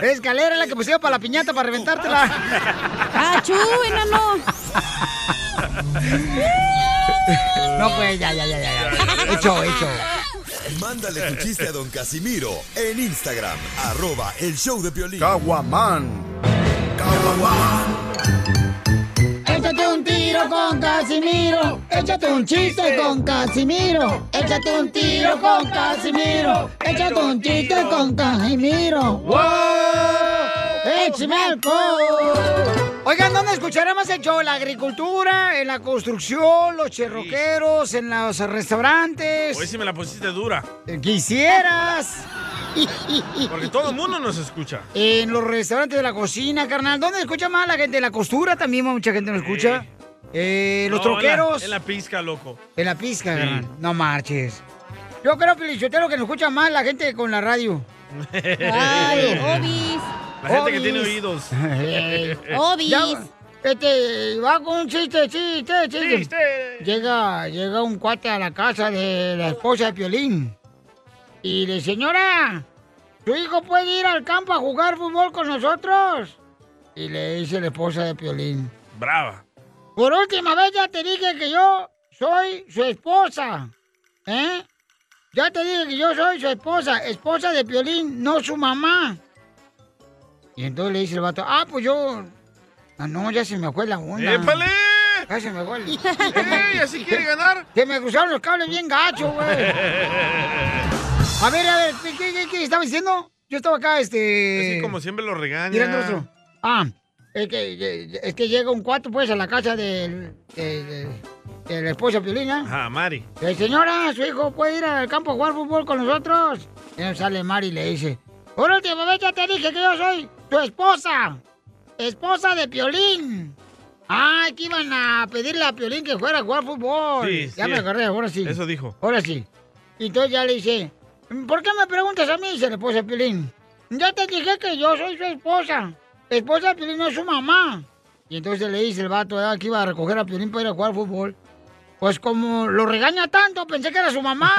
Speaker 3: Escalera es la que pusieron para la piñata, para reventártela.
Speaker 8: ¡Achú, Ah, enano!
Speaker 3: No, pues, ya, ya, ya, ya. ya. Hecho, hecho.
Speaker 6: Mándale tu chiste a don Casimiro en Instagram, arroba el show de violín.
Speaker 3: Échate un tiro con Casimiro. Échate un chiste con Casimiro. Échate un tiro con Casimiro. Échate un chiste con Casimiro. ¡Eh, ¡Wow! ¡Échame alcohol! Oigan, ¿dónde escuchará más el show? ¿En la agricultura? ¿En la construcción? ¿Los cherroqueros? ¿En los restaurantes?
Speaker 5: Hoy sí me la pusiste dura.
Speaker 3: ¿Quisieras?
Speaker 5: Porque todo el mundo nos escucha.
Speaker 3: En los restaurantes de la cocina, carnal. ¿Dónde escucha más la gente? En la costura también mucha gente nos escucha. Eh, los
Speaker 5: No,
Speaker 3: troqueros.
Speaker 5: En la, en la pizca, loco.
Speaker 3: En la pizca, carnal. No marches. Yo creo, Felicitero, que nos escucha más la gente con la radio.
Speaker 5: Ay,
Speaker 8: hobbies.
Speaker 5: La gente que
Speaker 3: Hobbies.
Speaker 5: tiene oídos.
Speaker 3: Ya, este, va con un chiste, chiste, chiste. Llega, llega un cuate a la casa de la esposa de Piolín. Y le dice, señora, ¿su hijo puede ir al campo a jugar fútbol con nosotros? Y le dice la esposa de Piolín.
Speaker 5: Brava.
Speaker 3: Por última vez ya te dije que yo soy su esposa. ¿Eh? Ya te dije que yo soy su esposa, esposa de Piolín, no su mamá. Y entonces le dice el vato, ah, pues yo... Ah, no, ya se me fue la onda.
Speaker 17: ¡Épale!
Speaker 3: Ya se me fue el...
Speaker 17: ¡Ey, así quiere ganar!
Speaker 3: Que me cruzaron los cables bien gacho, güey. A ver, a ver, ¿qué, qué, qué- qué estaba diciendo? Yo estaba acá, este...
Speaker 5: Así como siempre lo regaña.
Speaker 3: Tirando otro. Ah, es que, que- es que llega un cuarto, pues, a la casa del, de, de- de la esposa Piolina.
Speaker 5: Ajá, Mari.
Speaker 3: Le dice, señora, su hijo puede ir al campo a jugar fútbol con nosotros. Y entonces sale Mari y le dice, por última vez ya te dije que yo soy tu esposa, esposa de Piolín. Ay, que iban a pedirle a Piolín que fuera a jugar fútbol.
Speaker 5: Sí,
Speaker 3: ya
Speaker 5: sí.
Speaker 3: me acordé, ahora sí.
Speaker 5: Eso dijo.
Speaker 3: Ahora sí. Y entonces ya le dice, ¿por qué me preguntas a mí? Dice la esposa de Pilín. Ya te dije que yo soy su esposa. Esposa de Pilín no es su mamá. Y entonces le dice el vato ¿verdad? que iba a recoger a Pilín para ir a jugar fútbol. Pues como lo regaña tanto, pensé que era su mamá.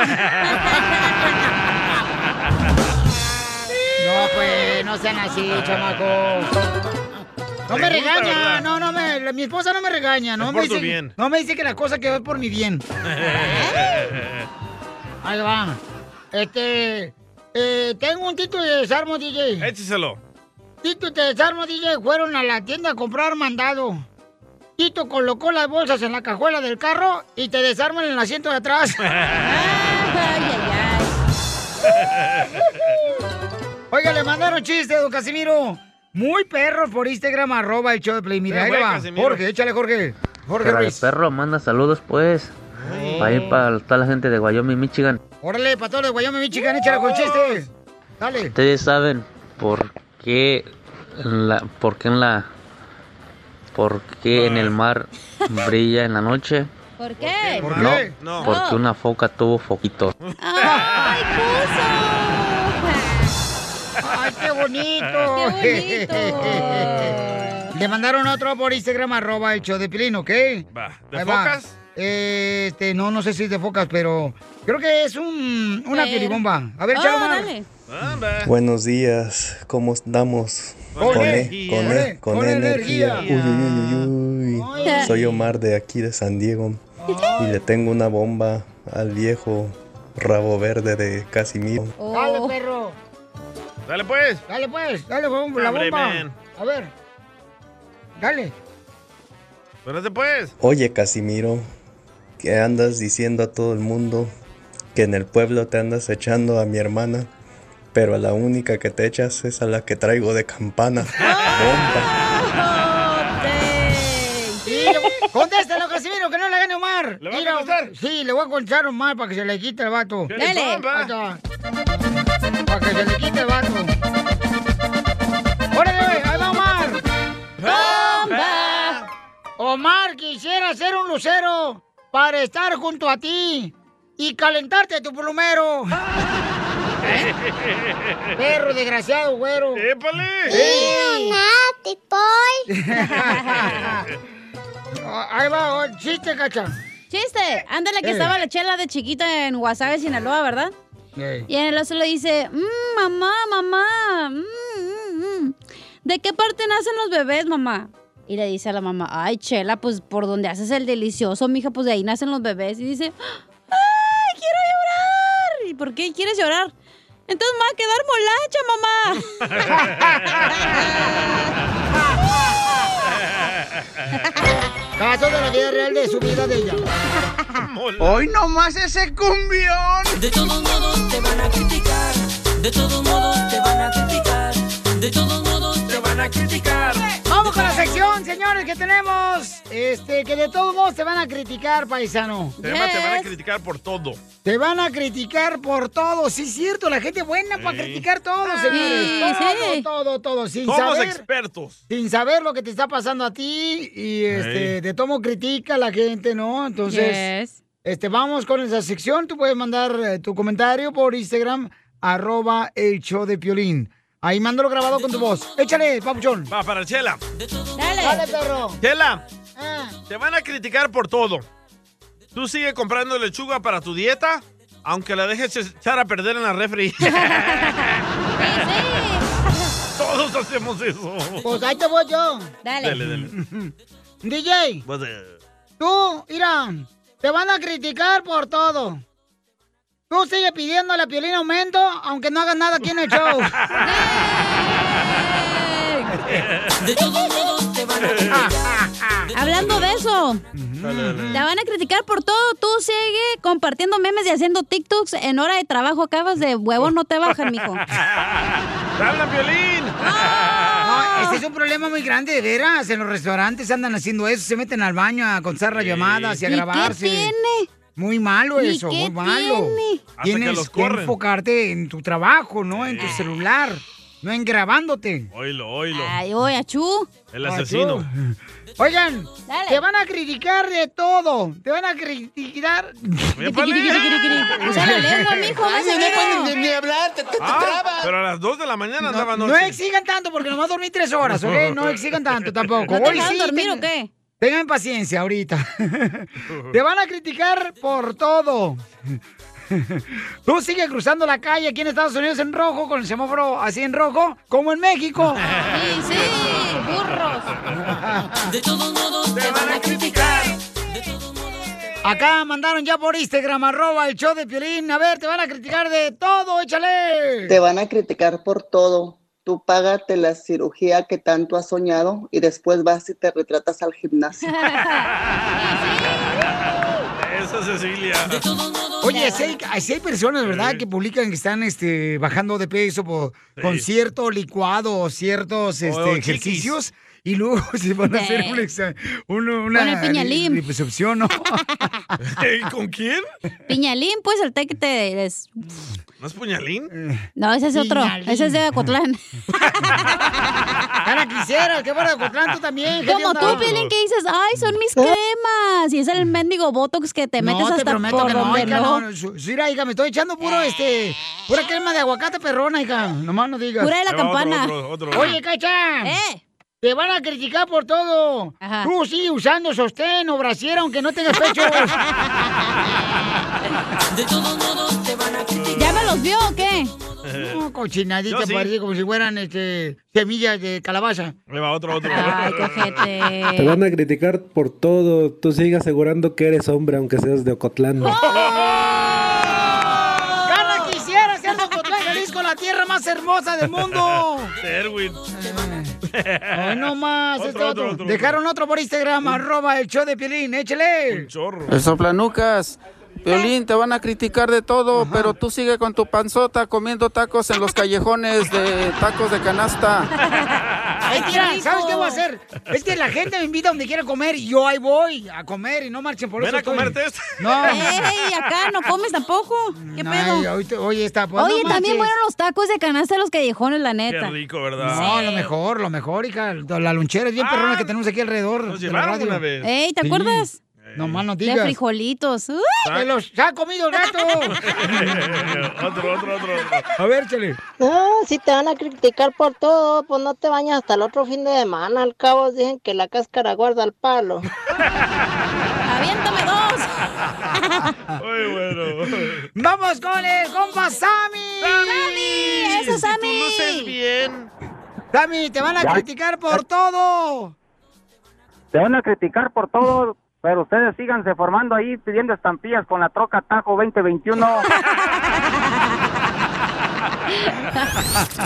Speaker 3: no, pues, no sean así, chamacos. No me
Speaker 17: Ah. Pregunta,
Speaker 3: regaña,
Speaker 17: ¿verdad?
Speaker 3: no, no me, la- mi esposa no me regaña, no
Speaker 17: Es
Speaker 3: me
Speaker 17: por tu
Speaker 3: dice,
Speaker 17: bien.
Speaker 3: no me dice que la cosa que va es por mi bien. Ahí va. Este. eh, tengo un título de desarmo, DJ.
Speaker 5: Écheselo.
Speaker 3: Tito de desarmo, DJ. Fueron a la tienda a comprar mandado. Tito colocó las bolsas en la cajuela del carro y te desarman en el asiento de atrás.
Speaker 17: ay, ay.
Speaker 3: Oiga, le mandaron chiste, don Casimiro. Muy perro por Instagram, arroba el show de Play. Mira,
Speaker 16: Qué
Speaker 3: ahí le
Speaker 16: güey,
Speaker 3: va.
Speaker 16: Casimiro.
Speaker 3: Jorge, échale, Jorge. Jorge
Speaker 16: Cara de
Speaker 3: Ruiz.
Speaker 16: perro, manda saludos pues. Para ir para toda la gente de Wyoming, Michigan.
Speaker 3: Órale, para todos los de Wyoming, Michigan, échale con chistes. Dale.
Speaker 16: Ustedes saben por qué en la, por qué en la, por qué en el mar brilla en la noche.
Speaker 8: ¿Por qué?
Speaker 16: ¿Por No, porque una foca tuvo foquitos.
Speaker 8: ¡Ay,
Speaker 3: puso! ¡Ay, qué bonito!
Speaker 8: Qué
Speaker 3: bonito! Le mandaron otro por Instagram, arroba el show de Pilín, ¿ok?
Speaker 5: Va. ¿De
Speaker 3: Ahí va.
Speaker 5: focas?
Speaker 3: Eh, Este, no, no sé si es de focas, pero creo que es un, una
Speaker 8: Pero-
Speaker 3: piribomba. A ver, échale,
Speaker 8: Oh,
Speaker 3: Omar.
Speaker 8: dale.
Speaker 19: Buenos días, ¿cómo andamos?
Speaker 3: Con
Speaker 19: E,
Speaker 3: energía.
Speaker 19: con E, con,
Speaker 3: Con
Speaker 19: energía.
Speaker 3: energía.
Speaker 19: Uy, uy, uy, uy.
Speaker 3: Ay.
Speaker 19: Soy Omar de aquí de San Diego y le tengo una bomba al viejo rabo verde de Casimiro.
Speaker 8: Oh.
Speaker 3: Dale, perro.
Speaker 5: Dale, pues.
Speaker 3: Dale, pues. Dale, bom- la
Speaker 5: Hombre,
Speaker 3: bomba.
Speaker 5: man.
Speaker 3: A ver. Dale.
Speaker 5: Espérate, pues.
Speaker 19: Oye, Casimiro, que andas diciendo a todo el mundo que en el pueblo te andas echando a mi hermana, pero a la única que te echas es a la que traigo de campana. Bomba.
Speaker 3: Sí, le- Contéstalo, Casimiro, que no le gane Omar. ¿Le voy a contestar? Sí, le voy a contar a Omar para que se le quite el vato.
Speaker 8: le Dale. ponga.
Speaker 3: Para que se le quite el vato. ¡Órale, ahí va Omar!
Speaker 8: ¡Bomba!
Speaker 3: Omar, quisiera ser un lucero para estar junto a ti y calentarte tu plumero. Perro desgraciado, güero. ¡Épale!
Speaker 20: Nati,
Speaker 15: pues.
Speaker 3: Ahí va, oh, chiste, cacha.
Speaker 8: Chiste. Ándale que
Speaker 20: Eh.
Speaker 8: estaba la chela de chiquita en Guasave, Sinaloa, ¿verdad?
Speaker 3: Ey.
Speaker 8: Y en el oso le dice, "Mm, mamá, mamá, mm, mm, mm, ¿de qué parte nacen los bebés, mamá? Y le dice a la mamá, ay, Chela, pues por donde haces el delicioso, mija, pues de ahí nacen los bebés. Y dice, ay, quiero llorar. ¿Y por qué quieres llorar? Entonces me va a quedar molacha, mamá.
Speaker 3: Caso de la vida real de su vida de ella.
Speaker 15: Hoy nomás ese cumbión. De todos modos te van a criticar. De todos modos te van a criticar. De todos modos te van a criticar.
Speaker 3: Vamos con la sección, señores, que tenemos. Este, que de todos modos te van a criticar, paisano.
Speaker 5: Te van- Te van a criticar por todo.
Speaker 3: Te van a criticar por todo, sí es cierto, la gente buena para
Speaker 5: Sí.
Speaker 3: criticar todo,
Speaker 5: Ah, Sí,
Speaker 3: señores. todo,
Speaker 5: sí.
Speaker 3: todo, todo, Pues sin
Speaker 5: Somos
Speaker 3: saber.
Speaker 5: expertos.
Speaker 3: Sin saber lo que te está pasando a ti y este,
Speaker 5: Ey.
Speaker 3: de tomo critica a la gente, ¿no? Entonces, este, vamos con esa sección. Tú puedes mandar eh, tu comentario por Instagram, arroba el show de Piolín. Ahí mándalo grabado con tu voz. Échale, papuchón.
Speaker 5: Va para Chela.
Speaker 3: Dale. Dale, perro.
Speaker 5: Chela,
Speaker 3: Ah.
Speaker 5: te van a criticar por todo. Tú sigue comprando lechuga para tu dieta, aunque la dejes e-, echar a perder en la refri. Todos hacemos eso.
Speaker 3: Pues ahí te voy yo.
Speaker 5: Dale, dale.
Speaker 3: DJ,
Speaker 5: Pues, eh,
Speaker 3: tú, mira, te van a criticar por todo. Tú sigue pidiéndole a Piolín aumento, aunque no hagas nada aquí en el show.
Speaker 15: De todos modos te
Speaker 5: Ah.
Speaker 15: van a criticar.
Speaker 8: Hablando de eso, la van a criticar por todo. Tú sigue compartiendo memes y haciendo TikToks en hora de trabajo. Acabas de huevo, no te bajan, mijo.
Speaker 5: ¡Habla, violín!
Speaker 3: No, este es un problema muy grande, de veras. En los restaurantes andan haciendo eso, se meten al baño a contestar las llamadas y a
Speaker 8: ¿Y qué
Speaker 3: grabarse.
Speaker 8: tiene?
Speaker 3: Muy malo
Speaker 8: ¿Y
Speaker 3: eso,
Speaker 8: qué
Speaker 3: muy malo.
Speaker 8: tiene? Hasta que
Speaker 3: Tienes
Speaker 5: los
Speaker 3: que
Speaker 5: corren.
Speaker 3: enfocarte en tu trabajo, ¿no? En tu celular, no en grabándote.
Speaker 5: Oilo, oilo.
Speaker 8: Ay, oye, achú.
Speaker 5: El asesino.
Speaker 3: Oigan, te van a criticar de todo. Te van a criticar.
Speaker 8: Usa la lengua, mijo, no se vea.
Speaker 3: hablar, te,
Speaker 5: Ah, pero a las 2 de la mañana andaba
Speaker 3: No, no
Speaker 5: noche.
Speaker 3: exigan tanto porque nomás dormí tres horas, ¿ok? No exigan tanto tampoco.
Speaker 8: ¿No te
Speaker 3: Hoy
Speaker 8: dejaron
Speaker 3: sí,
Speaker 8: dormir
Speaker 3: ten-
Speaker 8: o qué?
Speaker 3: Tengan paciencia ahorita. Te van a criticar por todo. Tú sigues cruzando la calle aquí en Estados Unidos en rojo, con el semáforo así en rojo, como en México.
Speaker 8: Sí, sí, burros.
Speaker 15: De todos modos te van a criticar.
Speaker 3: Acá mandaron ya por Instagram, arroba el show de Piolín. A ver, te van a criticar de todo, échale.
Speaker 21: Te van a criticar por todo. Tú págate la cirugía que tanto has soñado y después vas y te retratas al gimnasio.
Speaker 5: Esa es Cecilia.
Speaker 3: Oye, si hay, si hay personas, ¿verdad?, que publican que están este, bajando de peso por, con cierto licuado o ciertos este,
Speaker 5: chiquis.
Speaker 3: ejercicios y luego se van a hacer
Speaker 5: Sí.
Speaker 3: un exa- un- una
Speaker 8: Con el piñalín.
Speaker 3: li- liposucción, ¿no?
Speaker 5: ¿Con quién?
Speaker 8: Piñalín, pues el té que te des.
Speaker 5: ¿No es puñalín?
Speaker 3: Eh.
Speaker 8: No, ese es otro.
Speaker 5: Piñalín.
Speaker 8: Ese es de Acuatlán.
Speaker 3: Cara quisiera, qué bueno, Cotlán, tú también. ¿qué
Speaker 8: Como
Speaker 3: onda?
Speaker 8: tú, Piolín, que dices, ay, son mis cremas. Y es el mendigo botox que te metes
Speaker 3: no, te
Speaker 8: hasta
Speaker 3: prometo
Speaker 8: por
Speaker 3: que no,
Speaker 8: donde
Speaker 3: hija,
Speaker 8: no.
Speaker 3: no. no, su- su- Mira, hija, me estoy echando puro, este, pura crema de aguacate perrona, hija. Nomás no digas.
Speaker 8: Pura de la Ahí va otro, campana. Eh. otro, otro.
Speaker 3: Oye, Cacha. Te van a criticar por todo. Tú sigue usando sostén o brasier, aunque no tengas pecho.
Speaker 15: De todos modos te van a criticar.
Speaker 3: ¿Ya me los vio o qué? No,
Speaker 15: Yo
Speaker 3: cochinadita,
Speaker 15: sí.
Speaker 3: parece como si fueran este, semillas de calabaza.
Speaker 5: Ahí va otro, otro.
Speaker 3: Ay,
Speaker 19: Te van a criticar por todo. Tú sigues asegurando que eres hombre aunque seas de Ocotlán.
Speaker 8: ¡Oh!
Speaker 3: ¡Carla ¡Oh! quisiera ser de Ocotlán, Jalisco, la tierra más hermosa del mundo!
Speaker 5: Erwin.
Speaker 3: Ay, no más, este
Speaker 5: Otro,
Speaker 3: otro.
Speaker 5: otro, otro,
Speaker 3: Dejaron otro por Instagram, arroba el show de Piolín, échale.
Speaker 22: El soplanucas. Violín, te van a criticar de todo, pero tú sigue con tu panzota comiendo tacos en los callejones de tacos de canasta.
Speaker 3: Ay, mira, ¿sabes qué voy a hacer? Es que la gente me invita a donde quiera comer y yo ahí voy a comer y no marchen por
Speaker 8: Ven
Speaker 3: eso.
Speaker 8: a
Speaker 3: estoy-
Speaker 8: comerte esto.
Speaker 3: No.
Speaker 8: Ey, acá no comes tampoco. ¿Qué
Speaker 3: Ay,
Speaker 8: pedo?
Speaker 3: ahorita- oye, está. pues,
Speaker 8: Oye,
Speaker 3: no
Speaker 8: también
Speaker 3: marches.
Speaker 8: fueron los tacos de canasta de los callejones, la
Speaker 5: Qué
Speaker 8: neta.
Speaker 5: rico, ¿verdad? Ah.
Speaker 3: No, lo mejor, lo mejor, hija. La lonchera es bien perrona que tenemos aquí alrededor.
Speaker 5: nos
Speaker 3: de la
Speaker 5: llevaron
Speaker 3: radio.
Speaker 5: una vez.
Speaker 8: Ey, ¿te
Speaker 3: Sí.
Speaker 8: acuerdas?
Speaker 3: No más no
Speaker 8: De
Speaker 3: digas.
Speaker 8: frijolitos. ¡Uy!
Speaker 3: ¡Que los ha comido el gato!
Speaker 5: otro, otro, otro, otro.
Speaker 3: A ver, chale.
Speaker 23: No, si Ah, te van a criticar por todo, pues no te bañas hasta el otro fin de semana. Al cabo dicen que la cáscara guarda el palo.
Speaker 8: ¡Aviéntame dos!
Speaker 5: Muy bueno.
Speaker 3: ¡Vamos con el compa Sammy! ¡Sammy!
Speaker 5: ¡Eso, Si tú Sammy! luces
Speaker 3: bien! Sammy, te van a
Speaker 1: Ya.
Speaker 3: criticar por todo.
Speaker 1: Te van a criticar por todo, pero ustedes síganse formando ahí pidiendo estampillas con la troca Tajo 2021.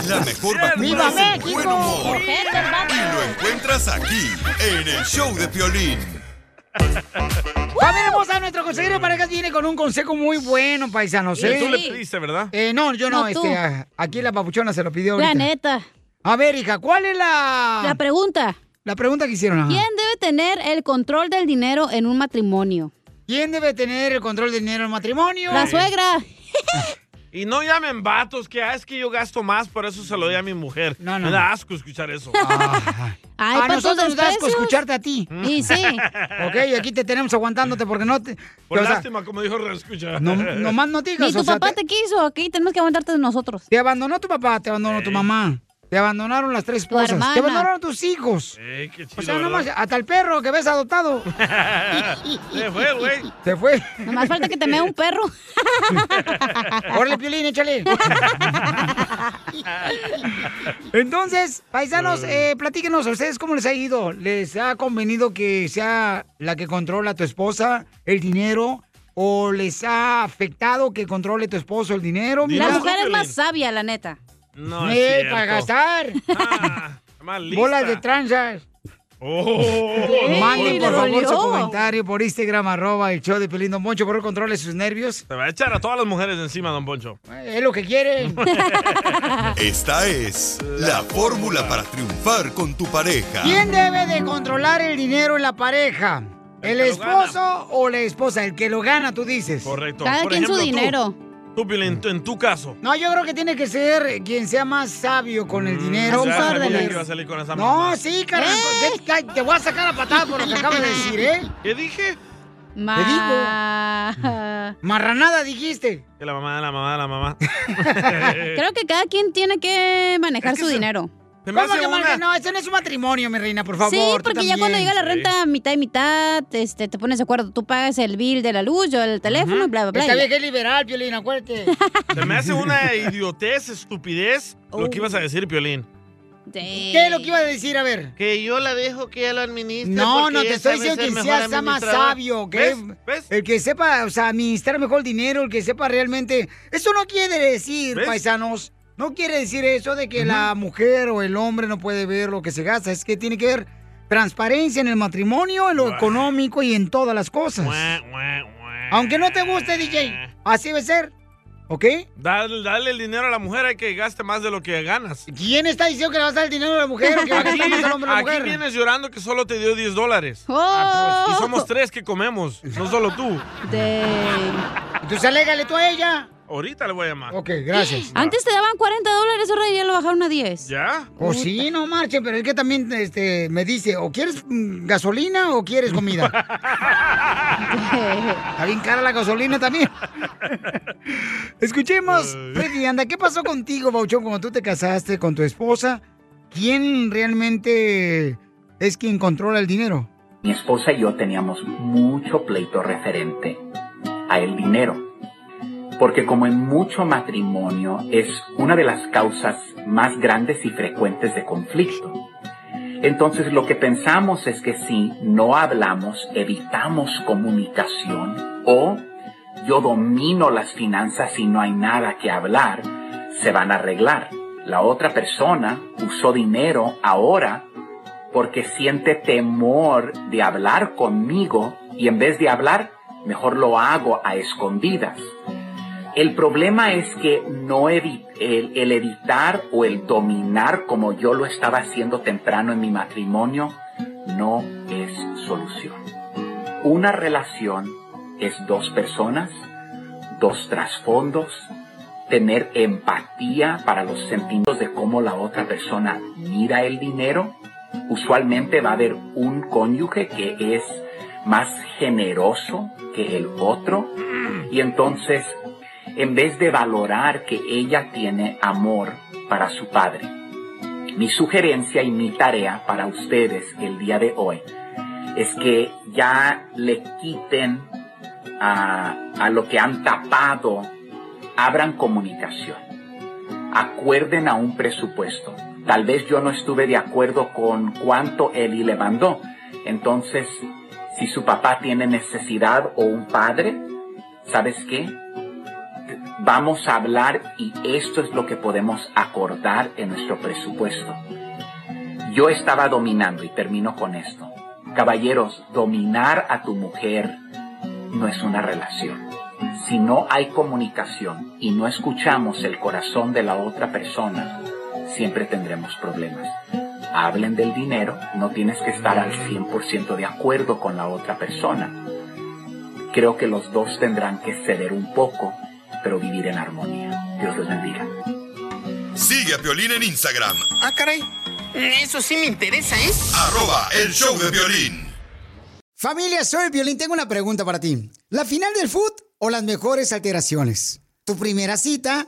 Speaker 6: La mejor vacuna
Speaker 1: ¡Viva
Speaker 6: es el
Speaker 1: México!
Speaker 6: buen humor. Y lo encuentras aquí, en el show de Piolín.
Speaker 3: Familia hermosa, nuestro consejero de parejas viene con un consejo muy bueno, paisanos. ¿eh?
Speaker 5: Tú le pediste, ¿verdad?
Speaker 3: Eh, no, yo no,
Speaker 5: No, tú.
Speaker 3: este, a- aquí la papuchona se lo pidió
Speaker 8: La
Speaker 3: ahorita.
Speaker 8: neta.
Speaker 3: A ver, hija, ¿cuál es la...
Speaker 8: La pregunta.
Speaker 3: La pregunta que hicieron. ajá.
Speaker 8: ¿Quién debe tener el control del dinero en un matrimonio?
Speaker 3: ¿Quién debe tener el control del dinero en el matrimonio?
Speaker 8: La suegra.
Speaker 5: Y no llamen vatos, que ah, es que yo gasto más, por eso se lo doy a mi mujer. Me da asco escuchar eso.
Speaker 8: Ay, pues,
Speaker 3: a
Speaker 8: para tus
Speaker 3: Ah, nosotros nos da asco
Speaker 8: desprecios.
Speaker 3: escucharte a ti.
Speaker 8: Y sí.
Speaker 3: ok, aquí te tenemos aguantándote porque no te...
Speaker 5: Por
Speaker 3: o sea,
Speaker 5: lástima, como dijo Reescucha.
Speaker 3: no, nomás no digas.
Speaker 8: Ni tu
Speaker 3: o sea,
Speaker 8: papá
Speaker 3: te-
Speaker 8: te... quiso, aquí tenemos que aguantarte de nosotros.
Speaker 3: Te abandonó tu papá, te abandonó tu mamá. Te abandonaron las tres esposas.
Speaker 8: hermana.
Speaker 3: Te abandonaron tus hijos.
Speaker 5: Eh, qué chido,
Speaker 3: O sea,
Speaker 5: ¿verdad?
Speaker 3: nomás hasta el perro que ves adoptado.
Speaker 5: Se fue, güey.
Speaker 3: Te fue.
Speaker 8: Nomás falta que te mea un perro.
Speaker 3: Órale, Piolín, échale. Entonces, paisanos, eh, platíquenos a ustedes cómo les ha ido. ¿Les ha convenido que sea la que controla tu esposa el dinero? ¿O les ha afectado que controle tu esposo el dinero?
Speaker 8: La mujer es más sabia, la neta.
Speaker 5: No, es
Speaker 3: Eh,
Speaker 5: cierto.
Speaker 3: para gastar.
Speaker 5: Más lista.
Speaker 3: Bolas de tranzas.
Speaker 5: Oh.
Speaker 3: Manden,
Speaker 5: Ey,
Speaker 3: por
Speaker 5: le
Speaker 3: favor, su
Speaker 5: dolió.
Speaker 3: comentario por Instagram, arroba el show de Pelín Don Poncho, por favor, controle sus nervios.
Speaker 5: Se va a echar a todas las mujeres encima, don Poncho.
Speaker 3: Eh, Es lo que quieren.
Speaker 6: Esta es la fórmula para triunfar con tu pareja.
Speaker 3: ¿Quién debe de controlar el dinero en la pareja? ¿El,
Speaker 5: que lo
Speaker 3: esposo o la esposa? El que lo gana, tú dices.
Speaker 5: Correcto. Por ejemplo, tú. Tú, Piolín, en tu- en tu caso.
Speaker 3: No, yo creo que tiene que ser quien sea más sabio con el dinero.
Speaker 5: Ya sabía que iba Mm, a salir con esa
Speaker 3: No,
Speaker 5: mamá.
Speaker 3: sí, carnal. pues, Vete, ca- Te voy a sacar a patada por lo que acabas de decir, ¿eh?
Speaker 5: ¿Qué dije?
Speaker 3: Te digo.
Speaker 8: Ma-
Speaker 3: Marranada dijiste.
Speaker 5: Que la mamá, la mamá, la mamá.
Speaker 8: Eh. Creo que cada quien tiene que manejar su dinero.
Speaker 5: Se
Speaker 3: ¿Cómo que mal- No, eso no es un matrimonio, mi reina, por favor.
Speaker 8: sí,
Speaker 3: tú
Speaker 8: porque ya cuando
Speaker 3: también.
Speaker 8: llega la renta mitad y mitad, este, te pones de acuerdo. Tú pagas el bill de la luz, yo el teléfono, y bla, bla, bla.
Speaker 3: Está
Speaker 8: y ya.
Speaker 3: bien que es liberal, Piolín, acuérdate.
Speaker 5: Se me hace una idiotez, estupidez lo que ibas a decir, Piolín.
Speaker 3: ¿Qué es lo que iba a decir? A ver.
Speaker 4: Que yo la dejo que ella lo administre.
Speaker 3: No,
Speaker 4: porque
Speaker 3: no, te
Speaker 4: ella
Speaker 3: estoy
Speaker 4: sabe
Speaker 3: diciendo
Speaker 4: ser
Speaker 3: que
Speaker 4: mejor
Speaker 3: sea, sea más
Speaker 4: administradora.
Speaker 3: sabio, que
Speaker 4: ¿Ves?
Speaker 3: el que sepa, o sea, administrar mejor el dinero, el que sepa realmente. Eso no quiere decir,
Speaker 4: ¿Ves?
Speaker 3: paisanos, no quiere decir eso de que la mujer o el hombre no puede ver lo que se gasta, es que tiene que ver transparencia en el matrimonio, en lo económico y en todas las cosas. Aunque no te guste, DJ. Así debe ser. ¿Ok?
Speaker 5: Dale, dale el dinero a la mujer, hay que gaste más de lo que ganas.
Speaker 3: ¿Quién está diciendo que le vas a dar el dinero a la mujer o que le vas a
Speaker 5: Aquí,
Speaker 3: dar más al hombre a la
Speaker 5: aquí
Speaker 3: mujer?
Speaker 5: vienes llorando que solo te dio 10 dólares.
Speaker 3: Ah, pues.
Speaker 5: Y somos tres que comemos, no solo tú.
Speaker 3: Oh, Entonces alégale tú a ella.
Speaker 5: Ahorita le voy a llamar.
Speaker 3: Ok, gracias.
Speaker 8: Antes te daban 40 dólares, ahora ya lo bajaron a 10.
Speaker 5: ¿Ya?
Speaker 3: O Pues sí, no marchen, pero es que también este, me dice, o quieres mm, gasolina o quieres comida. Está bien cara la gasolina también. Escuchemos, Freddy, anda, ¿qué pasó contigo, Bauchón, cuando tú te casaste con tu esposa? ¿Quién realmente es quien controla el dinero?
Speaker 2: Mi esposa y yo teníamos mucho pleito referente a el dinero, porque como en mucho matrimonio es una de las causas más grandes y frecuentes de conflicto. Entonces lo que pensamos es que si no hablamos, evitamos comunicación o yo domino las finanzas y no hay nada que hablar, se van a arreglar. La otra persona usó dinero ahora porque siente temor de hablar conmigo y en vez de hablar, mejor lo hago a escondidas. El problema es que no evi- el, el evitar o el dominar como yo lo estaba haciendo temprano en mi matrimonio no es solución. Una relación es dos personas, dos trasfondos, tener empatía para los sentidos de cómo la otra persona mira el dinero usualmente va a haber un cónyuge que es más generoso que el otro y entonces en vez de valorar que ella tiene amor para su padre. Mi sugerencia y mi tarea para ustedes el día de hoy es que ya le quiten a, a lo que han tapado, abran comunicación acuerden a un presupuesto. Tal vez yo no estuve de acuerdo con cuánto Eli le mandó. Entonces, si su papá tiene necesidad o un padre, ¿sabes qué? Vamos a hablar y esto es lo que podemos acordar en nuestro presupuesto. Yo estaba dominando y termino con esto. Caballeros, dominar a tu mujer no es una relación. Si no hay comunicación y no escuchamos el corazón de la otra persona, siempre tendremos problemas. Hablen del dinero, no tienes que estar al 100% de acuerdo con la otra persona. Creo que los dos tendrán que ceder un poco, pero vivir en armonía. Dios los bendiga.
Speaker 6: Sigue a Piolín en Instagram,
Speaker 15: Ah, caray. Eso sí me interesa, ¿eh?
Speaker 6: arroba el show de violín.
Speaker 3: Familia, soy Violín. Tengo una pregunta para ti. ¿La final del foot o las mejores alteraciones? ¿Tu primera cita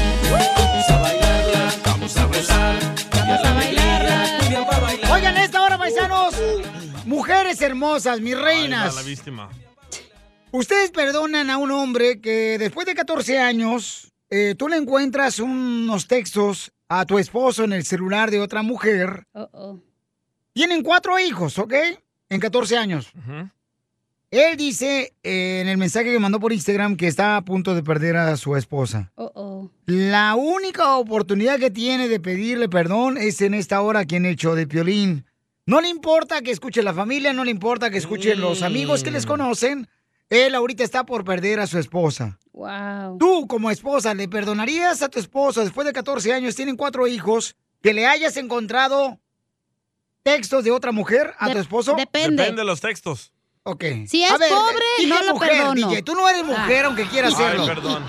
Speaker 15: Vamos a rezar. Vamos a bailarla. Cumbia pa' bailar.
Speaker 3: Oigan, a esta hora, paisanos, mujeres hermosas, mis
Speaker 5: Ahí va
Speaker 3: reinas.
Speaker 5: la víctima.
Speaker 3: Ustedes perdonan a un hombre que después de 14 años, eh, tú le encuentras unos textos a tu esposo en el celular de otra mujer.
Speaker 8: Oh,
Speaker 3: Tienen cuatro hijos, ¿ok? En 14 años. Él dice eh, en el mensaje que mandó por Instagram que está a punto de perder a su esposa.
Speaker 8: Oh, oh. Wow.
Speaker 3: La única oportunidad que tiene de pedirle perdón es en esta hora que han hecho de Piolín. No le importa que escuche la familia, no le importa que escuchen los amigos que les conocen. Él ahorita está por perder a su esposa.
Speaker 8: Wow.
Speaker 3: Tú, como esposa, ¿le perdonarías a tu esposa después de 14 años, tienen cuatro hijos, que le hayas encontrado textos de otra mujer a tu esposo?
Speaker 5: Depende de los textos.
Speaker 3: Ok.
Speaker 8: Si es
Speaker 3: A ver,
Speaker 8: pobre,
Speaker 3: dije
Speaker 8: no lo
Speaker 3: mujer,
Speaker 8: perdono.
Speaker 3: DJ, tú no eres mujer, aunque quieras
Speaker 5: Ay,
Speaker 3: serlo.
Speaker 5: perdón.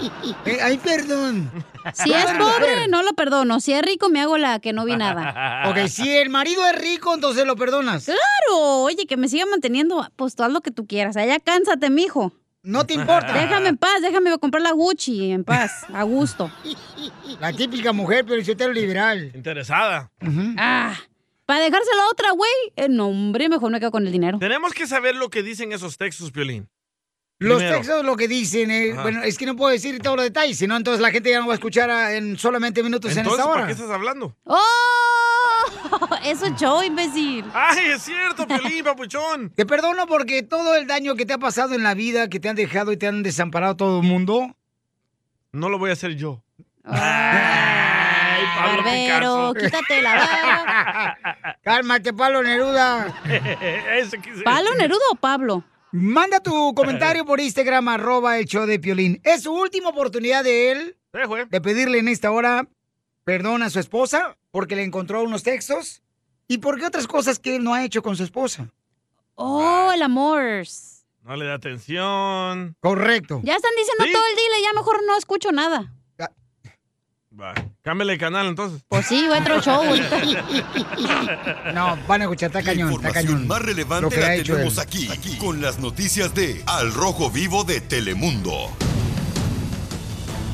Speaker 3: Eh, ay, perdón.
Speaker 8: Ah.
Speaker 3: Ah,
Speaker 8: Si es pobre, no lo perdono. Si es rico, me hago la que no vi nada.
Speaker 3: Ok, si el marido es rico, entonces lo perdonas.
Speaker 8: Claro, oye, que me siga manteniendo, pues tú haz lo que tú quieras. Allá cánsate, mijo.
Speaker 3: No te importa.
Speaker 8: Déjame en paz, déjame comprar la Gucci en paz, a gusto.
Speaker 3: La típica mujer, pero yo te lo liberal.
Speaker 5: Interesada.
Speaker 8: Ah, para dejárselo a otra, güey. Eh, no, hombre, mejor me quedo con el dinero.
Speaker 5: Tenemos que saber lo que dicen esos textos, Piolín.
Speaker 3: Los
Speaker 5: Primero.
Speaker 3: textos lo que dicen, eh,
Speaker 5: Ajá.
Speaker 3: bueno, es que no puedo decir todos los detalles, sino entonces la gente ya no va a escuchar ah, en solamente minutos en
Speaker 5: Entonces,
Speaker 3: esta hora.
Speaker 5: ¿para qué estás hablando?
Speaker 8: ¡Oh! Eso es show, imbécil.
Speaker 5: ¡Ay, es cierto, Piolín, papuchón!
Speaker 3: Te perdono porque todo el daño que te ha pasado en la vida, que te han dejado y te han desamparado todo el mundo.
Speaker 5: No lo voy a hacer yo.
Speaker 8: Barbero,
Speaker 3: Picasso.
Speaker 8: quítate la barba.
Speaker 5: Ah.
Speaker 3: Cálmate, Pablo Neruda.
Speaker 8: ¿Pablo Neruda o Pablo?
Speaker 3: Manda tu comentario por Instagram, arroba el show de Piolín. Es su última oportunidad de él de pedirle en esta hora perdón a su esposa porque le encontró unos textos y porque otras cosas que él no ha hecho con su esposa.
Speaker 8: Oh, el amor.
Speaker 5: No le da atención.
Speaker 3: Correcto.
Speaker 8: Ya están diciendo todo el dile, ya mejor no escucho nada.
Speaker 5: Va, cámbiale de canal entonces.
Speaker 8: Pues sí, otro show ahorita.
Speaker 3: No, van a escuchar, está cañón, está cañón.
Speaker 6: Más
Speaker 3: Lo
Speaker 6: relevante
Speaker 3: que ha
Speaker 6: la
Speaker 3: hecho
Speaker 6: tenemos
Speaker 3: él.
Speaker 6: aquí, con las noticias de Al Rojo Vivo de Telemundo.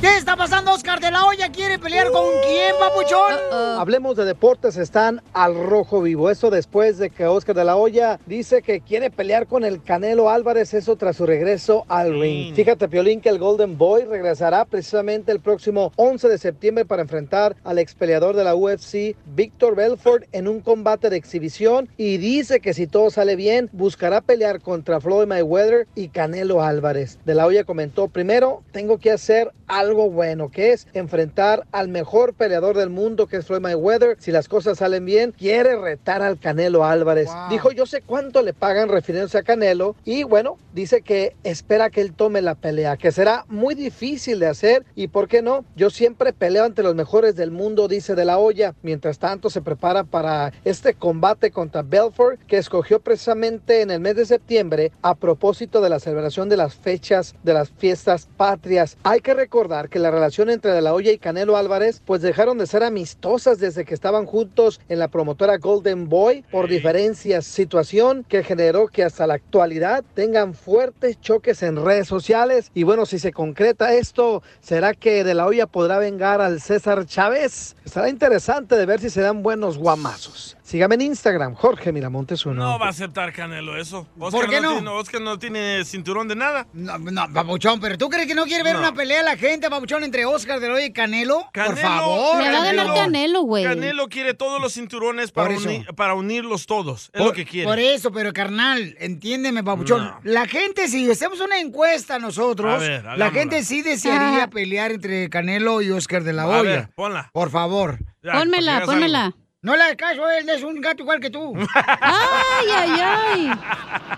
Speaker 3: ¿Qué está pasando, Oscar de la Hoya? ¿Quiere pelear con quién, papuchón?
Speaker 7: Hablemos de deportes, están al rojo vivo. Eso después de que Oscar de la Hoya dice que quiere pelear con el Canelo Álvarez, eso tras su regreso al ring. Fíjate, Piolín, que el Golden Boy regresará precisamente el próximo 11 de septiembre para enfrentar al expeleador de la UFC, Víctor Belfort, en un combate de exhibición y dice que si todo sale bien, buscará pelear contra Floyd Mayweather y Canelo Álvarez. De la Hoya comentó, primero, tengo que hacer algo bueno, que es enfrentar al mejor peleador del mundo, que es Floyd Mayweather. Si las cosas salen bien, quiere retar al Canelo Álvarez. Dijo, yo sé cuánto le pagan refiriéndose a Canelo. Y bueno, dice que espera que él tome la pelea, que será muy difícil de hacer. Y por qué no, yo siempre peleo ante los mejores del mundo, dice De La Hoya. Mientras tanto, se prepara para este combate contra Belfort, que escogió precisamente en el mes de septiembre a propósito de la celebración de las fechas de las fiestas patrias. Hay que recordar que la relación entre De La Hoya y Canelo Álvarez, pues dejaron de ser amistosas desde que estaban juntos en la promotora Golden Boy por diferencias, situación que generó que hasta la actualidad tengan fuertes choques en redes sociales. Y bueno, si se concreta esto, ¿será que De La Hoya podrá vengar al César Chávez? Estará interesante de ver si se dan buenos guamazos. Sígame en Instagram, Jorge Miramontes uno.
Speaker 5: No va a aceptar Canelo eso. Oscar
Speaker 3: ¿Por qué no?
Speaker 5: Tiene, Oscar no tiene cinturón de nada.
Speaker 3: No, no, Papuchón, pero ¿tú crees que no quiere ver
Speaker 5: No.
Speaker 3: una pelea la gente, Papuchón, entre Oscar de la Hoya y Canelo? Por
Speaker 5: Canelo,
Speaker 3: favor.
Speaker 8: Le va a ganar Canelo, güey.
Speaker 5: Canelo quiere todos los cinturones para,
Speaker 3: eso.
Speaker 5: uni- para unirlos todos. Es lo que quiere.
Speaker 3: Por eso, pero carnal, entiéndeme, papuchón. La gente, si hacemos una encuesta nosotros,
Speaker 5: A ver,
Speaker 3: la
Speaker 5: hagámosla.
Speaker 3: gente sí desearía pelear entre Canelo y Oscar de la
Speaker 5: A
Speaker 3: Hoya.
Speaker 5: ver, ponla.
Speaker 3: Por favor.
Speaker 5: Ya, Pónmela, para que hagas pónmela.
Speaker 3: No la caso, él es un gato igual que tú. ¡Ay, ay, ay!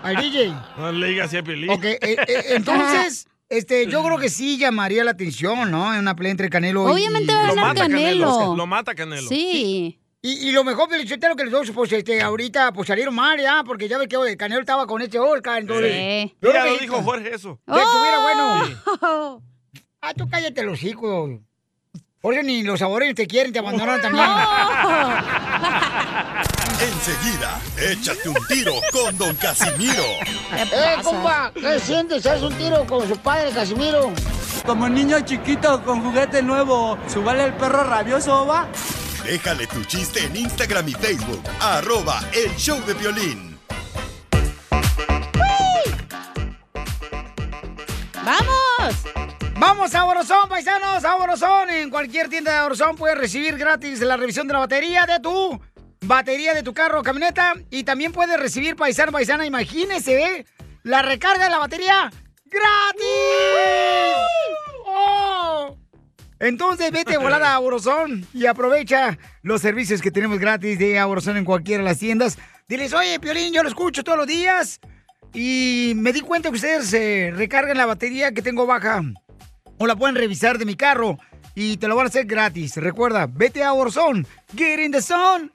Speaker 3: Al DJ.
Speaker 5: No le digas así a Piolín.
Speaker 3: Ok, eh, eh, entonces, este, yo creo que sí llamaría la atención, ¿no? En una pelea entre Canelo y...
Speaker 8: Obviamente va a Lo ganar mata Canelo, Canelo. Oscar, lo
Speaker 5: mata Canelo.
Speaker 3: Sí. Y, y lo mejor, Pelichotero, que los dos, pues, este, ahorita, pues, salieron mal, ya, porque ya ve que oye, Canelo estaba con este Orca, entonces...
Speaker 5: Sí.
Speaker 3: Yo
Speaker 5: Ya
Speaker 3: creo
Speaker 5: lo
Speaker 3: que-
Speaker 5: dijo Jorge eso.
Speaker 8: Oh.
Speaker 3: Que estuviera bueno. Ah, tú cállate los hijos. Por eso ni los sabores te quieren, te abandonaron también. Oh.
Speaker 6: Enseguida, échate un tiro con Don Casimiro.
Speaker 3: ¡Eh, compa! ¿Qué sientes? ¿Haz un tiro con su padre, Casimiro?
Speaker 10: Como niño chiquito con juguete nuevo, ¿subale el perro rabioso va?
Speaker 6: Déjale tu chiste en Instagram y Facebook, arroba el show de violín.
Speaker 3: ¡Vamos! ¡Vamos a Orozón, paisanos! ¡A Orozón! En cualquier tienda de Orozón puedes recibir gratis la revisión de la batería de tu batería de tu carro o camioneta. Y también puedes recibir, paisano, paisana, imagínese, ¿eh? La recarga de la batería gratis. ¡Oh! Entonces vete volada a Orozón y aprovecha los servicios que tenemos gratis de Orozón en cualquiera de las tiendas. Diles, oye, Piolín, yo lo escucho todos los días y me di cuenta que ustedes se recargan la batería que tengo baja o la pueden revisar de mi carro y te lo van a hacer gratis. Recuerda, vete a Orozón. Get in the zone.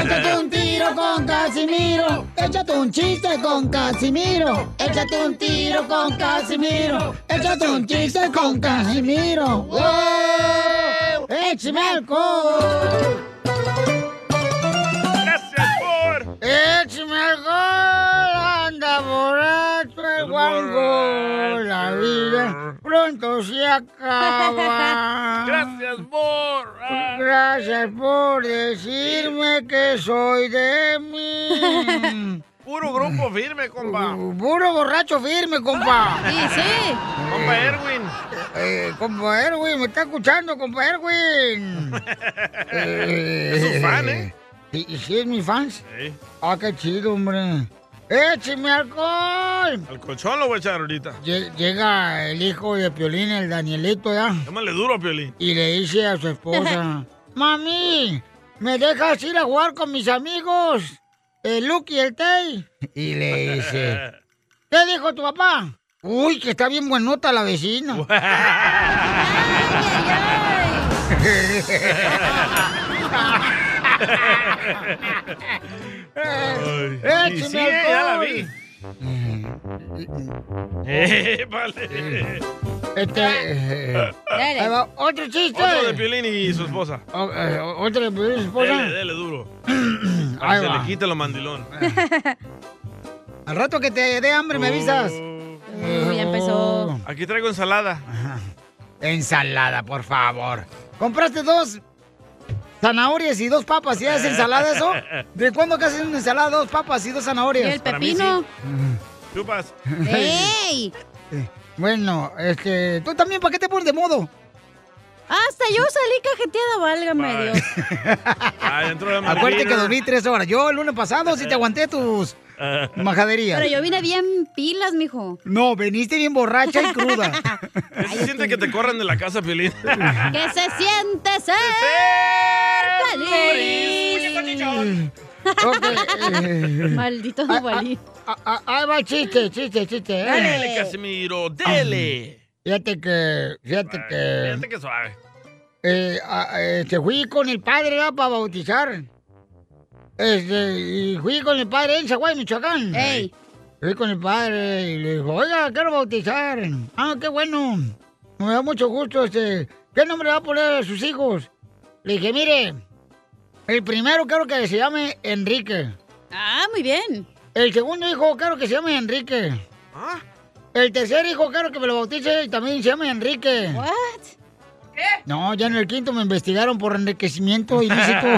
Speaker 15: Échate
Speaker 3: un tiro con Casimiro. Échate un chiste con Casimiro.
Speaker 15: Échate un tiro con Casimiro. Échate un chiste con
Speaker 3: Casimiro.
Speaker 15: ¡Wow!
Speaker 3: ¡Échame alcohol!
Speaker 15: ¡Gracias por!
Speaker 3: ¡Échame alcohol! Anda borracho el guango. La vida pronto se acaba.
Speaker 15: Gracias por.
Speaker 3: Gracias por decirme que soy de mí.
Speaker 5: Puro grupo firme, compa.
Speaker 3: Puro borracho firme, compa.
Speaker 8: Sí, sí.
Speaker 5: Compa Erwin.
Speaker 3: Eh, compa Erwin, me está escuchando, compa Erwin.
Speaker 5: Es un fan, ¿eh?
Speaker 3: ¿Y, y si es mi fan? Ah, qué chido, hombre. ¡Écheme alcohol!
Speaker 5: Al colchón lo voy a echar ahorita.
Speaker 3: Lle- Llega el hijo de Piolín, el Danielito, ¿ya?
Speaker 5: Llámale duro, Piolín.
Speaker 3: Y le dice a su esposa, Mami, ¿me dejas ir a jugar con mis amigos? El Luke y el Tay. Y le dice, ¿qué dijo tu papá? Uy, que está bien buenota la vecina.
Speaker 15: Ay,
Speaker 5: Y
Speaker 15: sí,
Speaker 5: sí, eh, ya la
Speaker 15: alcohol.
Speaker 5: vi.
Speaker 3: Mm.
Speaker 5: Eh, vale.
Speaker 3: Este, eh,
Speaker 5: Dale.
Speaker 3: ahí va, otro chiste.
Speaker 5: Otro de Piolín y su esposa.
Speaker 3: O- eh, otro de Piolín y su esposa.
Speaker 5: Dele, dele duro. Para
Speaker 3: Ahí
Speaker 5: que se
Speaker 3: va.
Speaker 5: le quite lo mandilón.
Speaker 3: Al rato que te dé hambre me avisas. Oh.
Speaker 8: ya empezó.
Speaker 5: Aquí traigo ensalada.
Speaker 3: Ensalada, por favor. ¿Compraste dos zanahorias y dos papas y haces ensalada eso? ¿De cuándo que haces una ensalada, dos papas y dos zanahorias?
Speaker 8: ¿Y el Para mí pepino?
Speaker 5: Chupas.
Speaker 8: ¡Ey!
Speaker 3: Eh, Bueno, este, tú también, ¿para qué te pones de modo?
Speaker 8: Hasta yo salí cajeteada, válgame Dios.
Speaker 5: Adentro de
Speaker 3: Acuérdate que
Speaker 5: Martina.
Speaker 3: dormí tres horas. Yo el lunes pasado sí te aguanté tus majaderías.
Speaker 8: Pero yo vine bien pilas, mijo.
Speaker 3: No, veniste bien borracha y cruda.
Speaker 5: ¿Qué se siente que te corran de la casa, Piolín?
Speaker 8: ¡Que se siente ser feliz!
Speaker 3: eh. Ah,
Speaker 8: Maldito Duvalín.
Speaker 3: Ahí va el chiste, chiste, chiste. eh.
Speaker 5: Dele, Casimiro, dele.
Speaker 3: Fíjate que, fíjate que,
Speaker 5: Fíjate que suave.
Speaker 3: eh, a- eh, te fui con el padre ¿verdad? para bautizar. Este, y fui con el padre en Zaguay, Michoacán. Fui con el padre y le dijo, oiga, quiero bautizar. Ah, qué bueno. Me da mucho gusto, este, ¿qué nombre va a poner a sus hijos? Le dije, mire, el primero quiero que se llame Enrique.
Speaker 8: Ah, muy bien.
Speaker 3: El segundo hijo quiero que se llame Enrique.
Speaker 8: Ah.
Speaker 3: El tercer hijo quiero que me lo bautice y también se llame Enrique.
Speaker 8: ¿What?
Speaker 3: No, ya en el quinto me investigaron por enriquecimiento ilícito.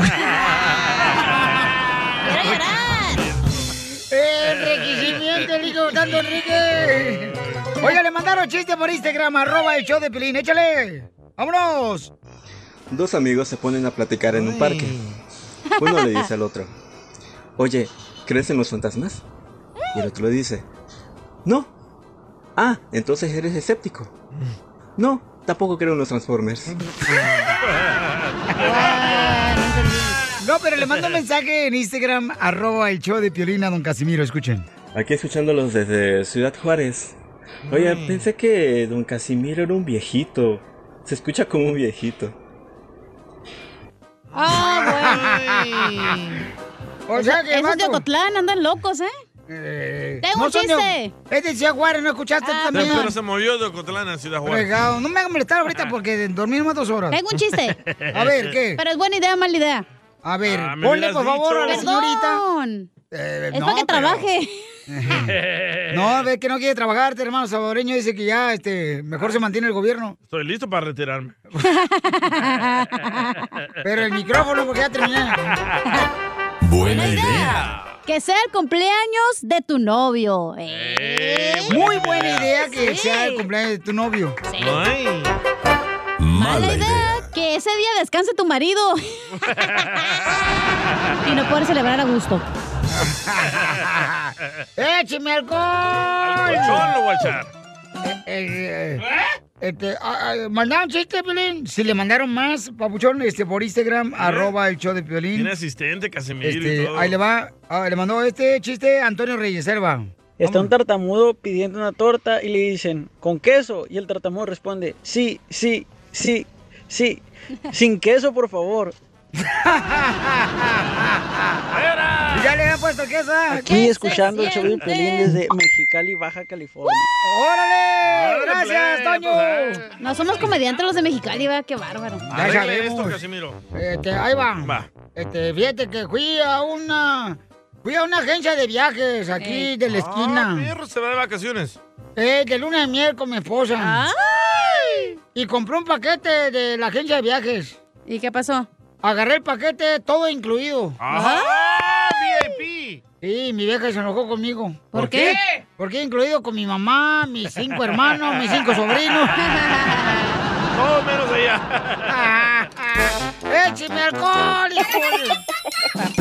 Speaker 3: ¡Enriquecimiento ilícito, tanto Enrique! Oiga, le mandaron chiste por Instagram, arroba el show de Pelín, échale. ¡Vámonos!
Speaker 19: Dos amigos se ponen a platicar en un parque. Uno le dice al otro, oye, ¿crees en los fantasmas? Y el otro le dice, no. Ah, entonces eres escéptico. No, tampoco creo en los Transformers.
Speaker 15: Mm.
Speaker 3: No, pero le mando un mensaje en Instagram, arroba el show de Piolín a don Casimiro, escuchen.
Speaker 19: Aquí escuchándolos desde Ciudad Juárez. Oye, pensé que don Casimiro era un viejito. Se escucha como un viejito.
Speaker 3: O sea que,
Speaker 8: Esos de
Speaker 3: vato.
Speaker 8: Ocotlán andan locos, ¿eh? Tengo
Speaker 3: Eh, no
Speaker 8: un
Speaker 3: son de-
Speaker 8: chiste.
Speaker 3: Es de Ciudad Juárez, ¿no escuchaste
Speaker 8: Ah.
Speaker 3: tú también?
Speaker 5: Pero se movió de Ocotlán a Ciudad Juárez.
Speaker 3: Fregado, No me hagan molestar ahorita porque dormí más dos horas.
Speaker 8: Tengo un chiste.
Speaker 3: A ver, ¿qué?
Speaker 8: Pero es buena idea o mala idea.
Speaker 3: A ver,
Speaker 5: Ah, me
Speaker 3: ponle
Speaker 5: hubieras
Speaker 3: por favor a la
Speaker 8: Perdón.
Speaker 3: señorita. Eh,
Speaker 8: Es
Speaker 3: no,
Speaker 8: para que
Speaker 3: pero-
Speaker 8: trabaje.
Speaker 3: No, ve que no quiere trabajarte, hermano salvadoreño. Dice que ya, este, mejor se mantiene el gobierno.
Speaker 5: Estoy listo para retirarme.
Speaker 3: Pero el micrófono, porque ya terminé.
Speaker 8: Buena idea. Que sea el cumpleaños de tu novio. eh.
Speaker 3: Muy buena idea que
Speaker 8: Sí.
Speaker 3: sea el cumpleaños de tu novio.
Speaker 8: Mala idea. Que ese día descanse tu marido. y no poder celebrar a gusto.
Speaker 3: ¡Écheme alcohol!
Speaker 5: Al colchón lo voy a echar.
Speaker 3: Eh, eh, Este, ah, ah, ¿Mandaron chiste, Piolín? Si le mandaron más, papuchón, este, por Instagram, arroba el show de Piolín.
Speaker 5: Tiene asistente, Casimiro y
Speaker 3: Este,
Speaker 5: todo.
Speaker 3: ahí le va, ah, le mandó este chiste Antonio Reyes Serva.
Speaker 11: Está un tartamudo pidiendo una torta y le dicen, ¿con queso? Y el tartamudo responde, sí, sí, sí, sí, sin queso, por favor.
Speaker 3: Y ya le había puesto queso. ¿ah?
Speaker 11: Aquí escuchando el show de Pelín desde Mexicali, Baja California.
Speaker 3: ¡Órale! ¡Gracias,
Speaker 11: pues,
Speaker 13: eh.
Speaker 3: Toño!
Speaker 8: No somos comediantes los de Mexicali, va, qué bárbaro.
Speaker 3: Ya
Speaker 5: Arregle
Speaker 3: sabemos.
Speaker 5: esto, Casimiro.
Speaker 3: Este, ahí va. Este, fíjate que fui a una. Fui a una agencia de viajes aquí de la esquina.
Speaker 5: Ah, perro, se va de vacaciones.
Speaker 3: Eh, de luna de miel con mi esposa. Y compré un paquete de la agencia de viajes.
Speaker 8: ¿Y qué pasó?
Speaker 3: Agarré el paquete todo incluido.
Speaker 5: ¡Ah! ¡VIP!
Speaker 3: Sí, mi vieja se enojó conmigo.
Speaker 8: ¿Por qué?
Speaker 3: Porque incluido con mi mamá, mis cinco hermanos, mis cinco sobrinos.
Speaker 5: Todo menos allá.
Speaker 3: ¡Écheme alcohol, hijo de-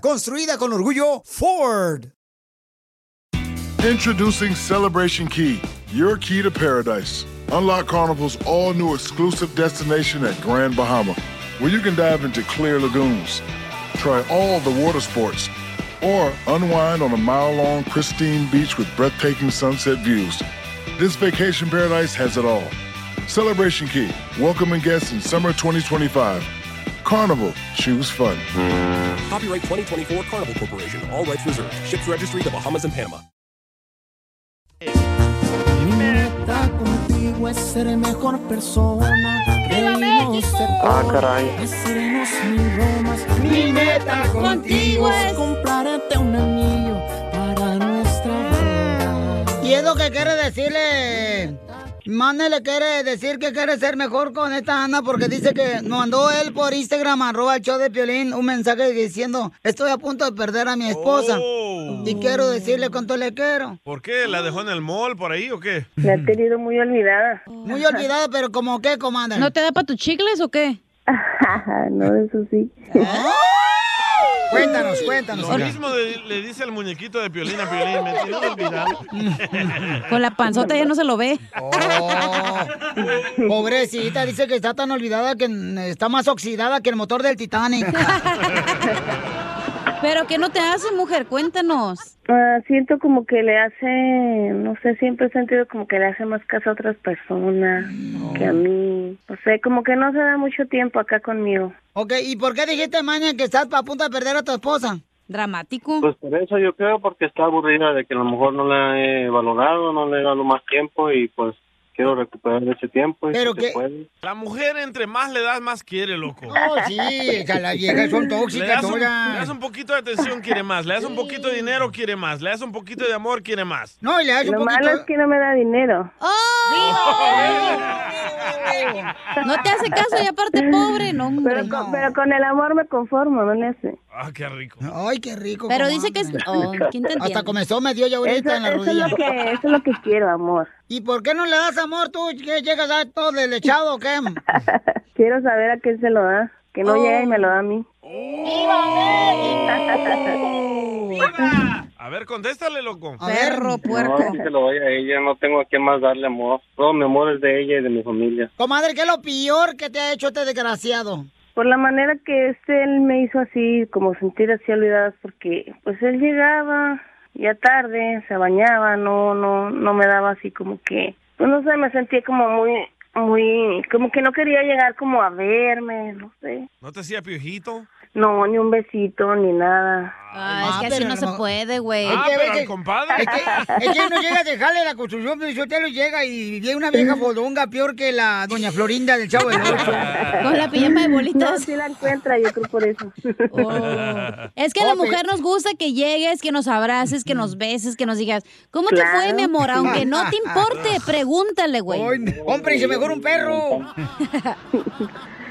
Speaker 13: construida con orgullo Ford.
Speaker 17: Introducing Celebration Key, your key to paradise. Unlock Carnival's all new exclusive destination at Grand Bahama, where you can dive into clear lagoons, try all the water sports, or unwind on a mile long, pristine beach with breathtaking sunset views. This vacation paradise has it all. Celebration Key, welcoming guests in summer 2025. Carnival, choose fun.
Speaker 14: Copyright 2024 Carnival Corporation. All rights reserved. Ships registry the Bahamas and Panama.
Speaker 24: meta contigo es ser mejor persona. Reírnos de
Speaker 13: Ah, caray.
Speaker 24: todo, hacernos mil bromas.
Speaker 13: Mi meta contigo es
Speaker 24: comprarte un anillo para nuestra boda.
Speaker 3: Y es lo que quiere decirle. Mane le quiere decir que quiere ser mejor con esta Ana porque dice que nos mandó él por Instagram, arroba el show de Piolín, un mensaje diciendo, estoy a punto de perder a mi esposa. Y quiero decirle cuánto le quiero.
Speaker 5: ¿Por qué? ¿La dejó en el mall por ahí o qué?
Speaker 3: Me ha tenido muy olvidada. Muy olvidada, pero como qué, comanda.
Speaker 8: ¿No te da para tus chicles o qué?
Speaker 13: no, eso sí.
Speaker 3: Cuéntanos, cuéntanos.
Speaker 5: Lo mismo de- le dice el muñequito de Piolina, Piolín, me tienes olvidado.
Speaker 8: Con la panzota ya no se lo ve.
Speaker 3: Pobrecita, dice que está tan olvidada que mm, está más oxidada que el motor del Titanic.
Speaker 8: Pero ¿qué no te hace, mujer? Cuéntanos.
Speaker 13: Ah, siento como que le hace, no sé, siempre he sentido como que le hace más caso a otras personas que a mí. No sé, como que no se da mucho tiempo acá conmigo.
Speaker 3: ok, ¿y por qué dijiste, Maña, que estás a punto de perder a tu esposa? Dramático.
Speaker 25: Pues por eso yo creo, porque está aburrida de que a lo mejor no la he valorado, no le he dado más tiempo y pues quiero recuperar ese tiempo. y si se puede.
Speaker 5: La mujer entre más le das, más quiere, loco.
Speaker 3: No, Oh, sí, o sea, las viejas son tóxicas,
Speaker 5: Le das, un,
Speaker 3: oigan.
Speaker 5: le das un poquito de atención, quiere más. Le das un poquito de dinero, quiere más. Le das un poquito de amor, quiere más.
Speaker 3: No, y le das
Speaker 13: Lo
Speaker 3: un poquito...
Speaker 13: malo es que no me da dinero.
Speaker 8: No te hace caso y aparte pobre, no, hombre.
Speaker 13: Pero con, pero con el amor me conformo, no le hace.
Speaker 5: Ah, qué rico.
Speaker 3: Ay, qué rico.
Speaker 8: Pero dice que es- oh, ¿quién te entiende?
Speaker 3: Hasta comenzó me dio ya ahorita
Speaker 13: Eso-
Speaker 3: en la
Speaker 13: eso es
Speaker 3: rodilla.
Speaker 13: lo que- eso es lo que quiero, amor.
Speaker 3: ¿Y por qué no le das amor tú? que llegas a todo deslechado o qué?
Speaker 13: Quiero saber a quién se lo da. Que no
Speaker 3: Oh.
Speaker 13: llega y me lo da a mí.
Speaker 5: A ver, contéstale, loco.
Speaker 3: Perro,
Speaker 25: No, si se lo doy a ella, no tengo a quién más darle amor. Todo mi amor es de ella y de mi familia.
Speaker 3: Comadre, ¿qué es lo peor que te ha hecho este desgraciado?
Speaker 13: Por la manera que este él me hizo así, como sentir así olvidadas, porque pues él llegaba ya tarde, se bañaba, no, no, no me daba así como que, pues no sé, me sentía como muy muy, como que no quería llegar como a verme, no sé.
Speaker 5: ¿No te hacía piojito?
Speaker 13: No, ni un besito, ni nada.
Speaker 8: Ah, es que así no se puede, güey.
Speaker 13: Ah, pero al
Speaker 5: compadre.
Speaker 3: Es que, es que uno llega a dejarle la construcción, pero yo te lo llega y viene una vieja bodonga peor que la doña Florinda del Chavo del Ocho.
Speaker 8: Con la pijama de bolitas.
Speaker 13: No, sí la encuentra, yo creo por eso.
Speaker 8: Es que a la
Speaker 13: Oh, pero-
Speaker 8: mujer nos gusta que llegues, que nos abraces, que nos beses, que nos digas, ¿cómo te
Speaker 13: Claro.
Speaker 8: fue, mi amor? Aunque no te importe, pregúntale, güey.
Speaker 3: Cómprense mejor un perro.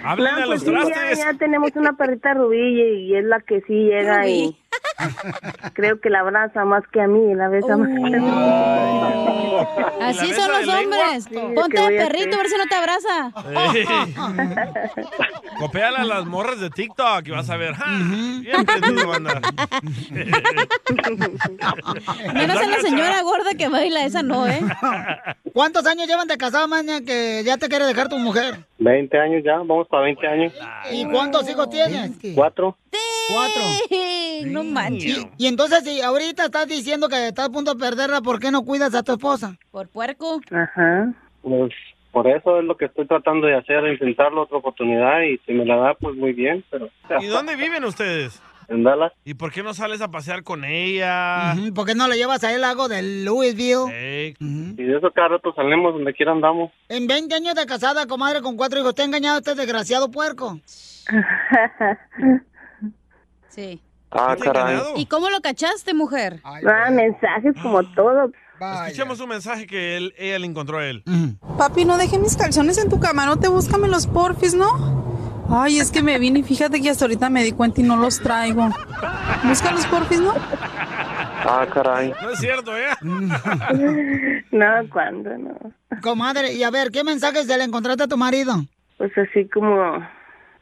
Speaker 5: Háblenle
Speaker 13: No,
Speaker 5: a
Speaker 13: pues
Speaker 5: los
Speaker 13: sí, ya,
Speaker 5: trastes.
Speaker 13: ya tenemos una perrita rubí y, y es la que sí llega y creo que la abraza más que a mí, la besa más que a mí.
Speaker 8: Así
Speaker 13: ¿La besa
Speaker 8: son los
Speaker 13: de lengua?
Speaker 8: hombres.
Speaker 13: Sí, es que
Speaker 8: Ponte
Speaker 13: voy
Speaker 8: de
Speaker 13: a
Speaker 8: perrito, a ver si no te abraza.
Speaker 5: Copiale a las morras de TikTok y vas a ver. ¡Ja! Bien prendido, banda.
Speaker 8: Menos a la señora gorda que baila, esa no, ¿eh?
Speaker 3: ¿Cuántos años llevan de casado, maña, que ya te quiere dejar tu mujer?
Speaker 25: 20 años ya, vamos para 20 años.
Speaker 3: ¿Y cuántos hijos tienes?
Speaker 25: ¿Cuatro?
Speaker 3: Cuatro.
Speaker 8: No manches.
Speaker 3: Y entonces, si ahorita estás diciendo que estás a punto de perderla, ¿por qué no cuidas a tu esposa?
Speaker 8: Por puerco.
Speaker 11: ¿Eh?
Speaker 13: Ajá.
Speaker 25: Pues por eso es lo que estoy tratando de hacer, intentarlo otra oportunidad y si me la da, pues muy bien, pero
Speaker 5: ¿Y dónde viven ustedes?
Speaker 25: en Dallas.
Speaker 5: ¿Y por qué no sales a pasear con ella?
Speaker 3: Ujú, ¿Por qué no la llevas a el lago de Louisville?
Speaker 5: Ey,
Speaker 25: Y de eso cada rato salimos, donde quiera andamos.
Speaker 3: En 20 años de casada, comadre, con cuatro hijos, ¿te ha engañado este desgraciado puerco?
Speaker 8: Sí.
Speaker 25: Ah, caray.
Speaker 8: ¿Y cómo lo cachaste, mujer?
Speaker 13: Ah, mensajes como todo.
Speaker 5: Escuchemos un mensaje que él, ella le encontró a él.
Speaker 10: Papi, no dejé mis calzones en tu camarote, búscame los porfis, ¿no? Ay, es que me vine, fíjate que hasta ahorita me di cuenta y no los traigo. Busca los porfis, ¿no?
Speaker 25: Ah, caray.
Speaker 5: No es cierto, ¿eh?
Speaker 13: No, cuando no.
Speaker 3: Comadre, y a ver, ¿qué mensajes le encontraste a tu marido?
Speaker 13: Pues así como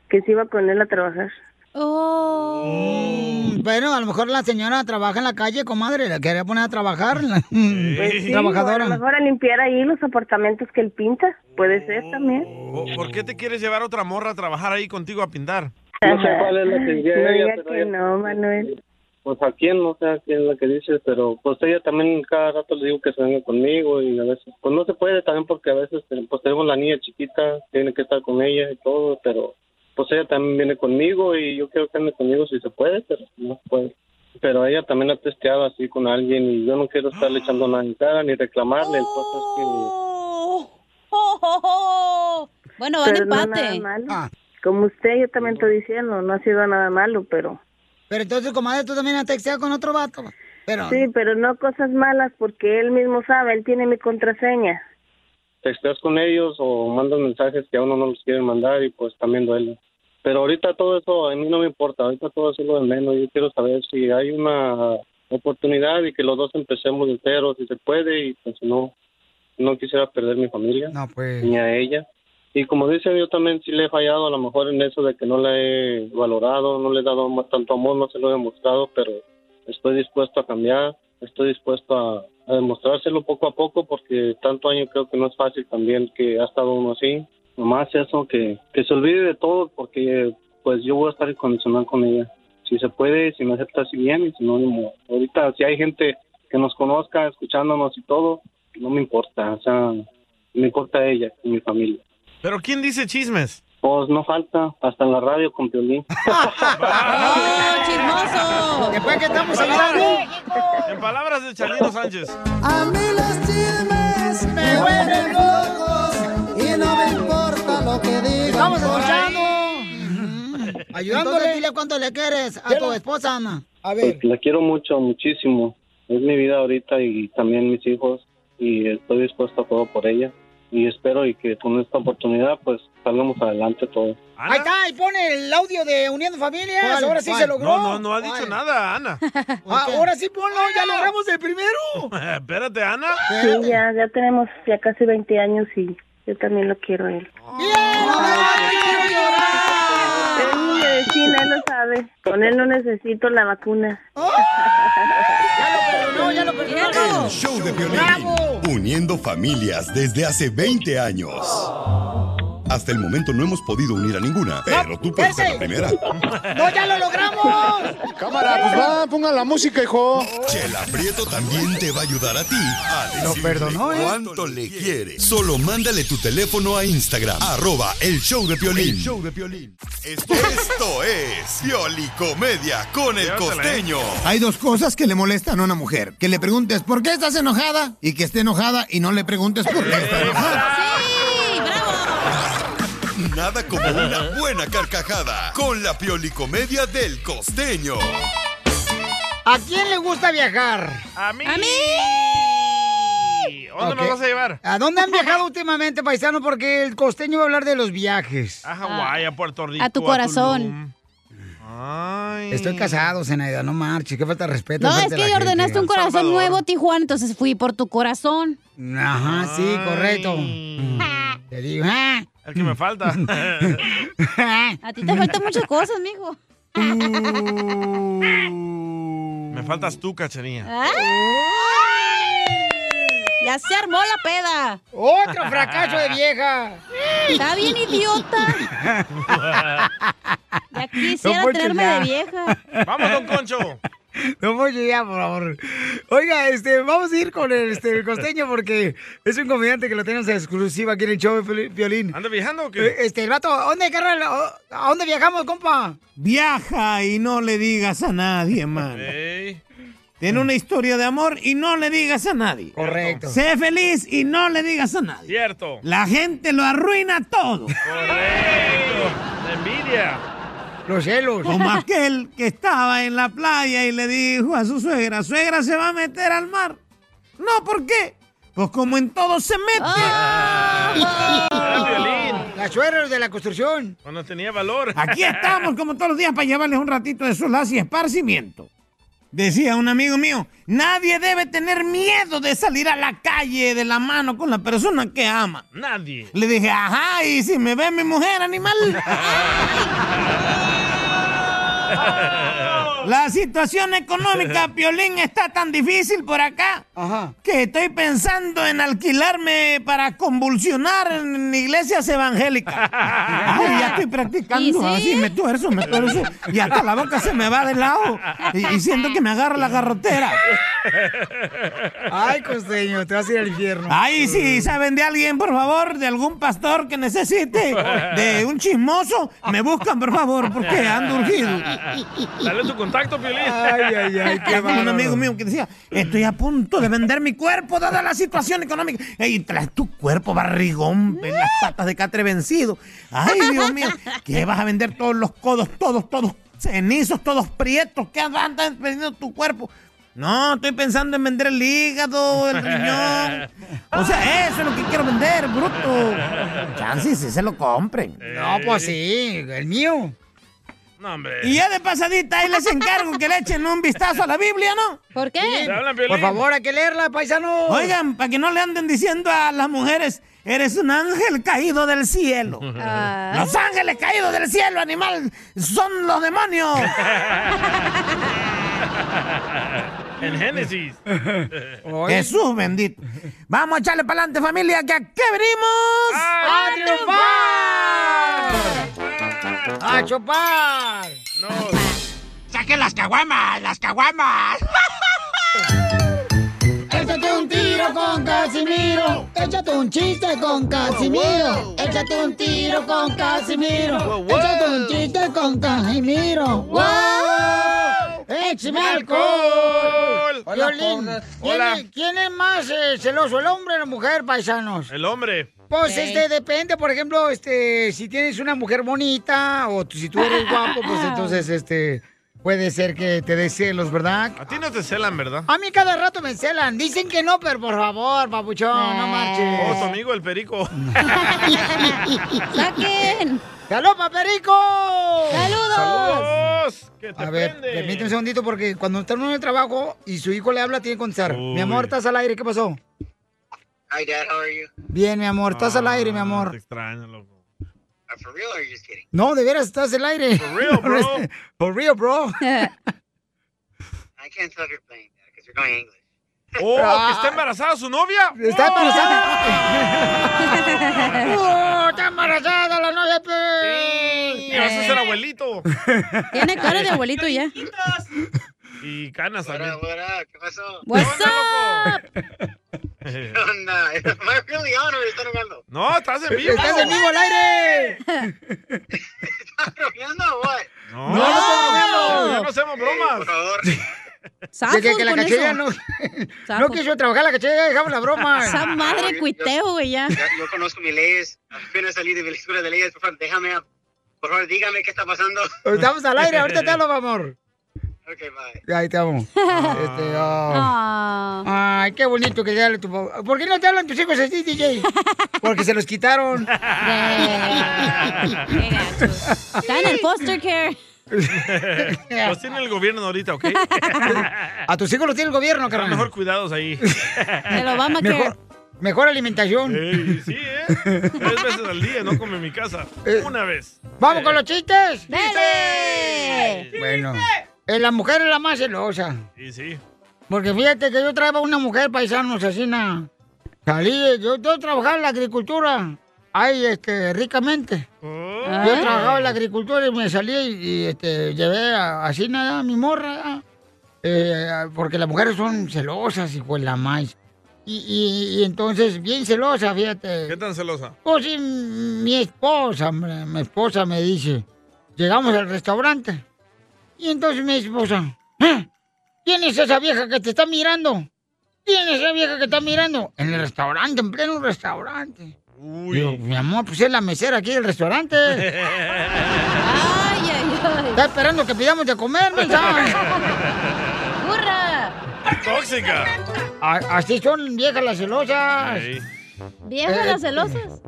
Speaker 13: que se iba con él a trabajar.
Speaker 8: Oh.
Speaker 3: Mm, Bueno, a lo mejor la señora trabaja en la calle, comadre, la quería poner a trabajar. la-
Speaker 13: Pues sí, o A lo
Speaker 3: Trabajadora.
Speaker 13: mejor a limpiar ahí los apartamentos que él pinta. Puede ser también.
Speaker 5: ¿Po- ¿Por qué te quieres llevar a otra morra a trabajar ahí contigo a pintar?
Speaker 25: No sé cuál es la que diría
Speaker 13: No
Speaker 25: ella,
Speaker 13: diga
Speaker 25: pero
Speaker 13: que
Speaker 25: ella-
Speaker 13: no, Manuel.
Speaker 25: Pues a quién, no sé a quién es la que dice, pero pues ella también cada rato le digo que se venga conmigo y a veces, pues no se puede también porque a veces eh, pues tenemos la niña chiquita, tiene que estar con ella y todo, pero pues ella también viene conmigo y yo quiero que ande conmigo si se puede, pero no se puede. Pero ella también ha testeado así con alguien y yo no quiero estarle echando nada en cara ni reclamarle, entonces que...
Speaker 8: Oh, oh, oh. Bueno, van
Speaker 13: Pero no
Speaker 8: empate.
Speaker 13: nada malo.
Speaker 3: Ah,
Speaker 8: Ah.
Speaker 13: Como usted, yo también estoy diciendo, no ha sido nada malo, pero...
Speaker 3: Pero entonces, comadre, tú también has texteado con otro vato. Pero...
Speaker 13: Sí, pero no cosas malas porque él mismo sabe, él tiene mi contraseña.
Speaker 25: texteas con ellos o mandas mensajes que a uno no los quieren mandar y pues también duele. Pero ahorita todo eso a mí no me importa, ahorita todo eso es lo de menos. Yo quiero saber si hay una oportunidad y que los dos empecemos de cero, si se puede, y pues no, no quisiera perder mi familia
Speaker 3: No, pues.
Speaker 25: ni a ella. Y como dice, yo también sí le he fallado a lo mejor en eso de que no la he valorado, no le he dado más tanto amor, no se lo he demostrado, pero estoy dispuesto a cambiar, estoy dispuesto a, a demostrárselo poco a poco porque tanto año creo que no es fácil también que ha estado uno así. Nomás eso, que, que se olvide de todo porque pues yo voy a estar incondicional con ella. Si se puede, si me acepta así bien y si no, ni modo. Ahorita si hay gente que nos conozca escuchándonos y todo, no me importa, o sea, me importa ella y mi familia.
Speaker 5: ¿Pero quién dice chismes?
Speaker 25: Pues no falta, hasta en la radio con Piolín.
Speaker 8: chismoso!
Speaker 3: Después que estamos
Speaker 5: hablando.
Speaker 3: hablando.
Speaker 5: En palabras de Chalino Sánchez.
Speaker 15: A mí los chismes me vuelven locos y no me importa lo que digan.
Speaker 3: Estamos
Speaker 15: por
Speaker 3: escuchando.
Speaker 15: ahí.
Speaker 3: Ayudándole. Entonces, dile cuánto le quieres a tu esposa, Ana. A ver.
Speaker 25: Pues la quiero mucho, muchísimo. Es mi vida ahorita y también mis hijos y estoy dispuesto a todo por ella. Y espero y que con esta oportunidad pues salgamos adelante todos.
Speaker 3: Ahí está, y pone el audio de Uniendo Familias.
Speaker 5: ¿Cuál?
Speaker 3: Ahora sí
Speaker 5: ¿Cuál?
Speaker 3: se logró.
Speaker 5: No, no, no ha dicho nada, Ana.
Speaker 3: Ah, Ahora sí ponlo, ya logramos el primero.
Speaker 5: Espérate, Ana.
Speaker 13: Sí, ya, ya tenemos ya casi 20 años y yo también lo quiero a él. Es mi vecina, él lo sabe. Con él no necesito la vacuna.
Speaker 3: No, ¡Oh! ya lo perdonó.
Speaker 6: El show de Piolín.
Speaker 3: ¡Bravo!
Speaker 6: Uniendo familias desde hace 20 años. Hasta el momento no hemos podido unir a ninguna, pero tú puedes ser la primera.
Speaker 3: ¡No, ya lo logramos!
Speaker 23: Cámara, pues va, pongan la música, hijo.
Speaker 6: Chela Prieto también te va a ayudar a ti. A
Speaker 23: Lo
Speaker 6: decirle
Speaker 23: perdonó, ¿eh?
Speaker 6: ¿Cuánto le quieres? Solo mándale tu teléfono a Instagram, arroba el show de Piolín.
Speaker 23: El show
Speaker 6: de Esto, esto es Piolicomedia con el costeño.
Speaker 1: Hay dos cosas que le molestan a una mujer. Que le preguntes por qué estás enojada y que esté enojada y no le preguntes por qué está enojada.
Speaker 6: Nada como una buena carcajada con la Piolicomedia del costeño.
Speaker 3: ¿A quién le gusta viajar?
Speaker 5: A mí.
Speaker 3: ¡A mí!
Speaker 5: ¿Dónde nos vas a llevar?
Speaker 3: ¿A dónde han viajado últimamente, paisano? Porque el costeño va a hablar de los viajes.
Speaker 5: A Hawái, a Puerto Rico.
Speaker 3: A tu corazón.
Speaker 5: Ay.
Speaker 3: Estoy casado, Zenaida, no marches, qué falta de respeto.
Speaker 8: No,
Speaker 3: enfrente
Speaker 8: es
Speaker 3: de
Speaker 8: que
Speaker 3: la
Speaker 8: ordenaste
Speaker 3: gente.
Speaker 8: un corazón nuevo, Tijuana, entonces fui por tu corazón.
Speaker 3: Ajá, sí, correcto. Te digo, ¿ah?
Speaker 5: El que me falta.
Speaker 8: A ti te faltan muchas cosas, mijo.
Speaker 5: me faltas tú, cachanilla.
Speaker 8: ¡Ay! Ya se armó la peda.
Speaker 3: Otro fracaso de vieja.
Speaker 8: Está bien idiota. Ya quisiera
Speaker 3: Poncho,
Speaker 8: tenerme de
Speaker 3: ya.
Speaker 8: vieja.
Speaker 5: Vamos, don Concho.
Speaker 3: No Poncho, ya, por favor. Oiga, este, vamos a ir con el, este, el costeño porque es un comediante que lo tenemos exclusiva aquí en el show de violín.
Speaker 5: ¿Anda viajando o
Speaker 3: qué? Este, el vato, ¿a dónde, carnal? ¿A dónde viajamos, compa?
Speaker 16: Viaja y no le digas a nadie, man. Tiene una historia de amor y no le digas a nadie.
Speaker 3: Correcto.
Speaker 16: Sé feliz y no le digas a nadie.
Speaker 5: Cierto.
Speaker 16: La gente lo arruina todo.
Speaker 5: Correcto. De envidia.
Speaker 3: Los celos.
Speaker 16: Como aquel que estaba en la playa y le dijo a su suegra, suegra se va a meter al mar. No, ¿por qué? Pues como en todo se mete.
Speaker 15: Ah.
Speaker 3: Las suegras de la construcción.
Speaker 5: Cuando tenía valor.
Speaker 16: Aquí estamos como todos los días para llevarles un ratito de solaz y esparcimiento. Decía un amigo mío, nadie debe tener miedo de salir a la calle de la mano con la persona que ama.
Speaker 5: Nadie.
Speaker 16: Le dije, ajá, y si me ve mi mujer, animal. La situación económica, Piolín, está tan difícil por acá que estoy pensando en alquilarme para convulsionar en iglesias evangélicas. Ay, ya estoy practicando así, me tuerzo, me tuerzo y hasta la boca se me va de lado y, y siento que me agarra la garrotera.
Speaker 3: Ay, costeño, te vas a ir al infierno.
Speaker 16: Ay, si saben de alguien, por favor, de algún pastor que necesite, de un chismoso, me buscan, por favor, porque ando urgido.
Speaker 5: Dale tu contacto, Piolín.
Speaker 16: Ay, ay, ay, qué Un amigo mío que decía, estoy a punto de vender mi cuerpo dada la situación económica. Y traes tu cuerpo barrigón, ven las patas de catre vencido. Ay, Dios mío, que vas a vender todos los codos, todos, todos cenizos, todos prietos, que andas vendiendo tu cuerpo. No, estoy pensando en vender el hígado, el riñón. O sea, eso es lo que quiero vender, bruto. Chance, si se lo compren.
Speaker 3: No, pues sí, el mío.
Speaker 5: No, hombre.
Speaker 16: Y ya de pasadita, ahí les encargo que le echen un vistazo a la Biblia, ¿no?
Speaker 8: ¿Por
Speaker 16: qué?
Speaker 3: Por favor, hay que leerla, paisano.
Speaker 16: Oigan, para que no le anden diciendo a las mujeres, eres un ángel caído del cielo.
Speaker 8: Ah.
Speaker 16: Los ángeles caídos del cielo, animal, son los demonios.
Speaker 5: en Génesis.
Speaker 16: Jesús bendito. Vamos a echarle para adelante, familia, que aquí venimos
Speaker 3: ¡A triunfar! ¡A chupar!
Speaker 5: ¡No!
Speaker 16: ¡Saquen las caguamas, las caguamas!
Speaker 3: Échate un tiro con Casimiro. Échate un chiste con Casimiro. Échate un tiro con Casimiro. Échate un chiste con Casimiro. ¡Wow! ¡Échame alcohol!
Speaker 5: Hola,
Speaker 3: Violín,
Speaker 5: pobres.
Speaker 3: ¿quién
Speaker 5: Hola.
Speaker 3: es- ¿Quién es más eh, celoso, el hombre o la mujer, paisanos?
Speaker 5: El hombre.
Speaker 3: Pues este depende, por ejemplo, este, si tienes una mujer bonita o tú- si tú eres guapo, pues entonces este puede ser que te dé celos, ¿verdad?
Speaker 5: A ti no te celan, ¿verdad?
Speaker 3: A mí cada rato me celan, dicen que no, pero por favor, papuchón,
Speaker 5: Oh, tu
Speaker 3: no marches.
Speaker 5: amigo el perico.
Speaker 3: ¡Saquen! ¡Salud, paperico!
Speaker 5: ¡Saludos! ¡Que te
Speaker 3: A ver,
Speaker 5: prende!
Speaker 3: permíteme un segundito porque cuando está uno en el trabajo y su hijo le habla, tiene que contestar. Mi
Speaker 5: Uy.
Speaker 3: amor, estás al aire, ¿qué pasó?
Speaker 20: Hi, Dad. How are you?
Speaker 3: Bien, mi amor, estás
Speaker 20: Ah,
Speaker 3: al aire, mi amor.
Speaker 5: Te extraño, loco.
Speaker 20: Uh, for real, or are you just kidding?
Speaker 3: No, de veras, estás al aire.
Speaker 20: For real, bro.
Speaker 3: For real, bro.
Speaker 20: I can't tell if you're playing that because you're going English.
Speaker 5: ¡Oh, que está embarazada su novia!
Speaker 3: ¡Está embarazada! ¡Oh, está embarazada
Speaker 5: abuelito.
Speaker 8: Tiene cara de abuelito ya.
Speaker 5: Y canas también.
Speaker 20: ¿Qué pasó?
Speaker 8: What's up?
Speaker 20: ¿Qué onda? Am I really on or están hablando?
Speaker 5: No, estás en vivo.
Speaker 3: ¡Estás en vivo al aire!
Speaker 20: ¿Están bromeando o what?
Speaker 5: No, no, estamos bromeando. Ya no hacemos bromas.
Speaker 3: De que, que la cachera no, no quiso trabajar la cachera, dejamos la broma.
Speaker 8: Esa madre cuiteo, güey, ya.
Speaker 20: Ya, yo conozco mis leyes. Apenas salí de mi escuela de leyes. Por favor, déjame. Por favor, dígame qué está pasando.
Speaker 3: Estamos al aire, ahorita te hablo, mi amor.
Speaker 20: Ok, bye.
Speaker 3: Ahí te amo. Este, oh.
Speaker 8: Ah.
Speaker 3: Ay, qué bonito que te hable tu papá. ¿Por qué no te hablan tus hijos así, DJ? Porque se los quitaron.
Speaker 8: Está en el foster care.
Speaker 5: Los tiene el gobierno ahorita, ¿ok?
Speaker 3: A tus hijos los tiene el gobierno,
Speaker 5: Tengan
Speaker 3: carnal.
Speaker 5: mejor cuidados ahí.
Speaker 8: El Obama care.
Speaker 3: Mejor, mejor alimentación.
Speaker 5: Ey, sí, ¿eh? Tres veces al día, no come en mi casa.
Speaker 3: Eh.
Speaker 5: Una vez.
Speaker 3: ¡Vamos con los chistes!
Speaker 8: ¡Dale!
Speaker 3: Bueno, eh, la mujer es la más celosa.
Speaker 5: Y sí.
Speaker 3: Porque fíjate que yo traía una mujer paisano asesina. Salí, yo, yo trabajaba en la agricultura. Ay, este, ricamente.
Speaker 5: Oh.
Speaker 3: Yo trabajaba en la agricultura y me salí y, este, llevé a, así nada a mi morra. ¿verdad? Eh, a- porque las mujeres son celosas, hijo de la maíz. Y, y- y entonces, bien celosa, fíjate.
Speaker 5: ¿Qué tan celosa?
Speaker 3: Pues sí, mi esposa, hombre, mi esposa me dice, llegamos al restaurante. Y entonces mi esposa, "¿Eh? ¿quién es esa vieja que te está mirando? ¿Quién es esa vieja que está mirando? En el restaurante, en pleno restaurante. Digo, mi amor, pues es la mesera aquí del restaurante.
Speaker 8: Ay, ay, ay.
Speaker 3: Está esperando que pidamos de comer, mensaje.
Speaker 8: ¡Burra!
Speaker 5: Tóxica.
Speaker 3: Así son viejas las celosas.
Speaker 8: Viejas
Speaker 3: Eh,
Speaker 8: las celosas.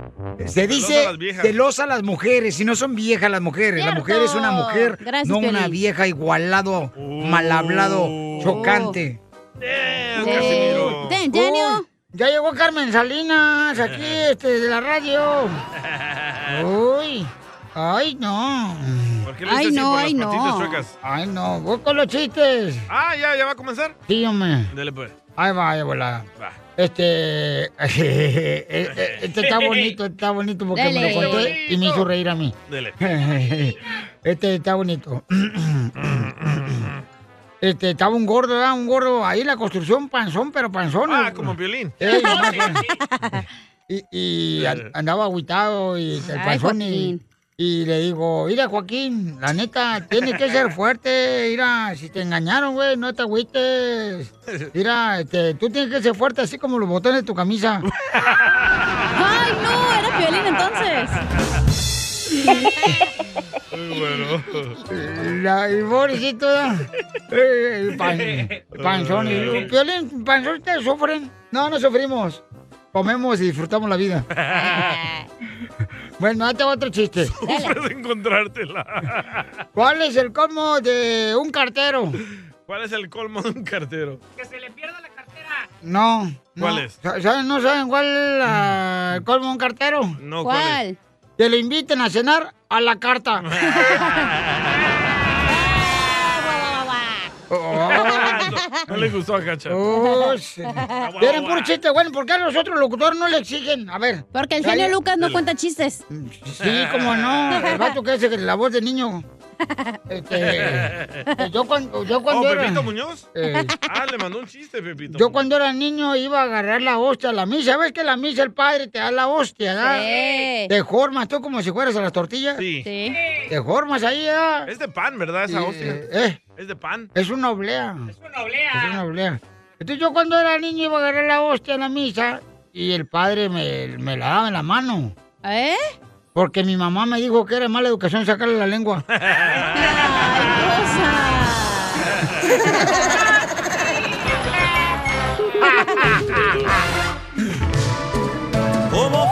Speaker 3: Se dice
Speaker 5: las viejas.
Speaker 3: celosa las mujeres y no son viejas las mujeres. La mujer es una mujer,
Speaker 8: Gracias,
Speaker 3: no una
Speaker 8: Piolín.
Speaker 3: vieja igualado,
Speaker 5: Uh.
Speaker 3: mal hablado, chocante.
Speaker 8: Eh, Dan- Daniel.
Speaker 3: Uy, ya llegó Carmen Salinas aquí este, de la radio. Uy, ay no.
Speaker 5: ¿Por qué le dices Ay, así no, por las ay, no. patitas chuecas?
Speaker 3: Ay no, voy con los chistes.
Speaker 5: Ah, ya, ya va a comenzar.
Speaker 3: Sí, hombre.
Speaker 5: Dale, pues.
Speaker 3: Ahí va, ahí volada.
Speaker 5: Va.
Speaker 3: Este, este está bonito, está bonito porque me
Speaker 8: Dale.
Speaker 3: lo conté y me hizo reír a mí.
Speaker 5: Dele.
Speaker 3: Este está bonito. Este, estaba un gordo, ¿verdad? un gordo ahí en la construcción, panzón, pero panzón.
Speaker 5: Ah, como violín.
Speaker 3: Ey, nomás, y, y an- andaba agüitado y el
Speaker 8: Ay,
Speaker 3: panzón y, y le digo, mira Joaquín, la neta, tiene que ser fuerte, mira, si te engañaron, güey, no te agüites. Mira, este, tú tienes que ser fuerte así como los botones de tu camisa.
Speaker 8: ¡Ay, no! Era Piolín entonces.
Speaker 5: Muy bueno.
Speaker 3: La, el pobrecito, ¿verdad? Eh, el pan- el panzón. y el Piolín, panzón, ¿ustedes sufren? No, no sufrimos. Comemos y disfrutamos la vida. Bueno, ahí te va otro chiste.
Speaker 5: Sufres de encontrártela.
Speaker 3: ¿Cuál es el colmo de un cartero?
Speaker 5: ¿Cuál es el colmo de un cartero? Que se le pierda la cartera.
Speaker 3: No. no.
Speaker 5: ¿Cuál es? Mm.
Speaker 3: Sa- ¿Saben, ¿No saben cuál es la- el colmo de un cartero?
Speaker 5: No, ¿cuál ¿Cuál? es?
Speaker 3: Que lo inviten a cenar a la carta.
Speaker 5: no, no le gustó a Cacha.
Speaker 3: Oh, sí. Tienen puro chiste, bueno, ¿por qué a los otros locutores no le exigen? A ver.
Speaker 8: Porque el genio Lucas no cuenta chistes.
Speaker 3: Sí, como no, el vato que hace la voz de niño. Este, yo cuando, yo cuando
Speaker 5: oh,
Speaker 3: era...
Speaker 5: Pepito Muñoz.
Speaker 3: Eh.
Speaker 5: Ah, le mandó un chiste, Pepito.
Speaker 3: Yo cuando era niño iba a agarrar la hostia, a la misa. ¿Ves que la misa el padre te da la hostia, ¿verdad?
Speaker 8: Sí.
Speaker 3: Te formas tú como si fueras a las tortillas.
Speaker 5: Sí.
Speaker 8: Sí.
Speaker 3: Te formas ahí, ¿verdad?
Speaker 5: Es de pan, ¿verdad? Esa
Speaker 3: Eh,
Speaker 5: hostia.
Speaker 3: eh.
Speaker 5: Es de pan.
Speaker 3: Es una oblea. Es una oblea. Es una oblea. Entonces yo cuando era niño iba a agarrar la hostia en la misa y el padre me, me la daba en la mano.
Speaker 8: ¿Eh?
Speaker 3: Porque mi mamá me dijo que era mala educación sacarle la lengua.
Speaker 15: ¿Cómo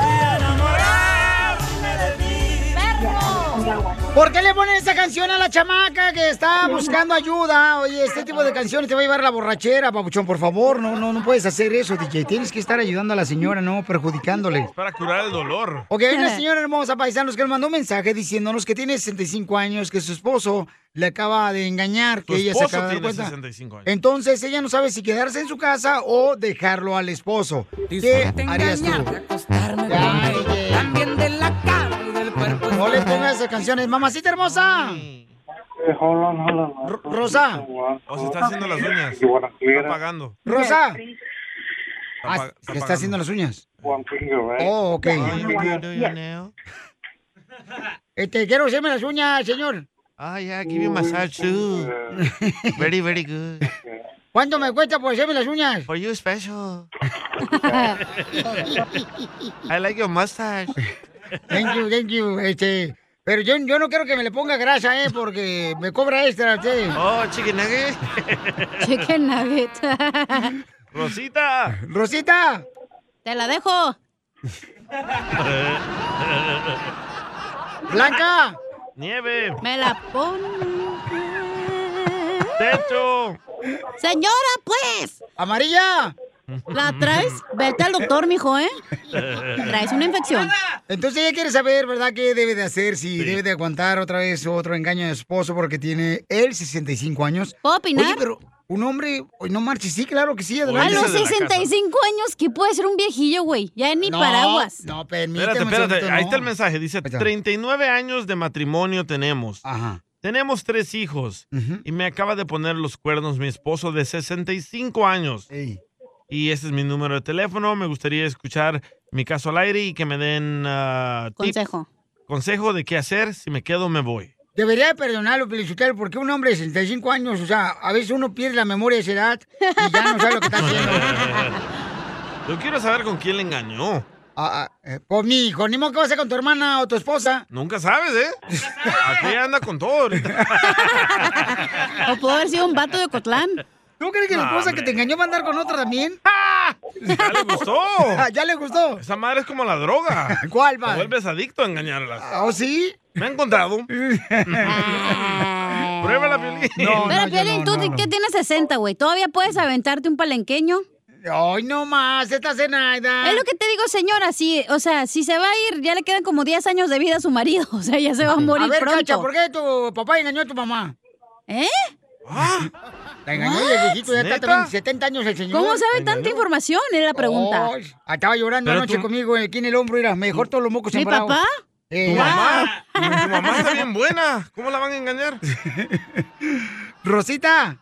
Speaker 3: ¿Por qué le ponen esa canción a la chamaca que está buscando ayuda? Oye, este tipo de canciones te va a llevar a la borrachera, papuchón, por favor. No, no, no puedes hacer eso, DJ. Tienes que estar ayudando a la señora, no perjudicándole.
Speaker 5: Para curar el dolor.
Speaker 3: Ok, hay una señora hermosa, paisanos, que nos mandó un mensaje diciéndonos que tiene 65 años, que su esposo le acaba de engañar,
Speaker 5: Tu
Speaker 3: que ella se
Speaker 5: esposo
Speaker 3: acaba de dar
Speaker 5: tiene
Speaker 3: cuenta.
Speaker 5: 65 años.
Speaker 3: Entonces ella no sabe si quedarse en su casa o dejarlo al esposo. ¿Qué harías tú? También de la cara del cuerpo. No le pongas esa canciones. Mamacita hermosa.
Speaker 20: Ro-
Speaker 3: Rosa.
Speaker 5: O se está haciendo las uñas. Está pagando.
Speaker 3: Rosa.
Speaker 5: Está
Speaker 3: Ah,
Speaker 5: pa-
Speaker 3: le está haciendo las uñas. Oh, ok. Este, quiero hacerme las uñas, señor. Ah, ya,
Speaker 5: give you massage too. Very, very good.
Speaker 3: ¿Cuánto me cuesta por hacerme las uñas?
Speaker 5: For you special. I like your mustache.
Speaker 3: Thank you, thank you. Este, pero yo, yo no quiero que me le ponga grasa, ¿eh? Porque me cobra extra, usted.
Speaker 5: Oh, chicken nugget.
Speaker 3: Chicken nugget.
Speaker 5: Rosita.
Speaker 3: Rosita.
Speaker 8: Te la dejo.
Speaker 3: Blanca.
Speaker 5: Nieve.
Speaker 8: Me la pone.
Speaker 5: Techo.
Speaker 8: Señora, pues.
Speaker 3: Amarilla.
Speaker 8: ¿La traes? Vete al doctor, mijo, ¿eh? Traes una infección.
Speaker 3: Entonces ella quiere saber, ¿verdad? ¿Qué debe de hacer? Si debe de aguantar otra vez otro engaño de esposo porque tiene él 65 años.
Speaker 8: ¿Puedo opinar?
Speaker 3: Oye, pero un hombre... oye, No marches, sí, claro que sí.
Speaker 8: A
Speaker 3: adelante.
Speaker 8: los 65 años, ¿qué puede ser un viejillo, güey? Ya ni
Speaker 3: No,
Speaker 8: paraguas.
Speaker 3: No, permíteme.
Speaker 5: Espérate,
Speaker 3: un
Speaker 5: espérate.
Speaker 3: segundito,
Speaker 5: Ahí
Speaker 3: no.
Speaker 5: está el mensaje. Dice, 39 años de matrimonio tenemos. Tenemos tres hijos. Y me acaba de poner los cuernos mi esposo de 65 años. Y este es mi número de teléfono. Me gustaría escuchar mi caso al aire y que me den... ah, tips,
Speaker 8: Consejo.
Speaker 5: consejo de qué hacer. Si me quedo, me voy.
Speaker 3: Debería de perdonarlo, Felicitero, porque un hombre de 65 años, o sea, a veces uno pierde la memoria de esa edad y ya no sabe lo que está haciendo.
Speaker 5: Yo quiero saber con quién le engañó.
Speaker 3: Ah, ah, eh, pues mi hijo, ni modo que vas a hacer con tu hermana o tu esposa.
Speaker 5: Nunca sabes, ¿eh? Aquí anda con todo ahorita.
Speaker 8: O puedo haber sido un vato de Cotlán.
Speaker 3: ¿Tú crees que la
Speaker 5: No,
Speaker 3: esposa
Speaker 5: hombre.
Speaker 3: que te engañó va a andar con otra también?
Speaker 5: Ya le gustó.
Speaker 3: Ah, ¿Ya le gustó?
Speaker 5: Esa madre es como la droga.
Speaker 3: ¿Cuál
Speaker 5: va? Te vuelves adicto a engañarlas.
Speaker 3: ¿Oh, sí?
Speaker 5: Me han contado.
Speaker 3: Ah.
Speaker 5: Pruébala, Piolín.
Speaker 8: Pero, Piolín, tú que tienes 60, güey. ¿Todavía puedes aventarte un palenqueño?
Speaker 3: Ay, no más, esta cenaida.
Speaker 8: Es lo que te digo, señora. Si, o sea, si se va a ir, ya le quedan como 10 años de vida a su marido. O sea, ya se va a morir
Speaker 3: ver,
Speaker 8: pronto.
Speaker 3: Cacha, ¿por qué tu papá engañó a tu mamá?
Speaker 8: ¿Eh?
Speaker 5: ¿Ah?
Speaker 3: La engañó
Speaker 8: What?
Speaker 3: de viejito, ya está
Speaker 8: ¿Neta?
Speaker 3: también 70 años el señor.
Speaker 8: ¿Cómo sabe tanta información? Era la pregunta.
Speaker 3: Ay, estaba llorando
Speaker 8: Pero
Speaker 3: anoche
Speaker 8: tú-
Speaker 3: conmigo aquí en el hombro, era mejor todos los mocos
Speaker 8: ¿Mi
Speaker 3: sembrados.
Speaker 8: papá?
Speaker 3: Eh,
Speaker 5: Tu mamá, tu mamá está bien buena. ¿Cómo la van a engañar?
Speaker 3: Rosita.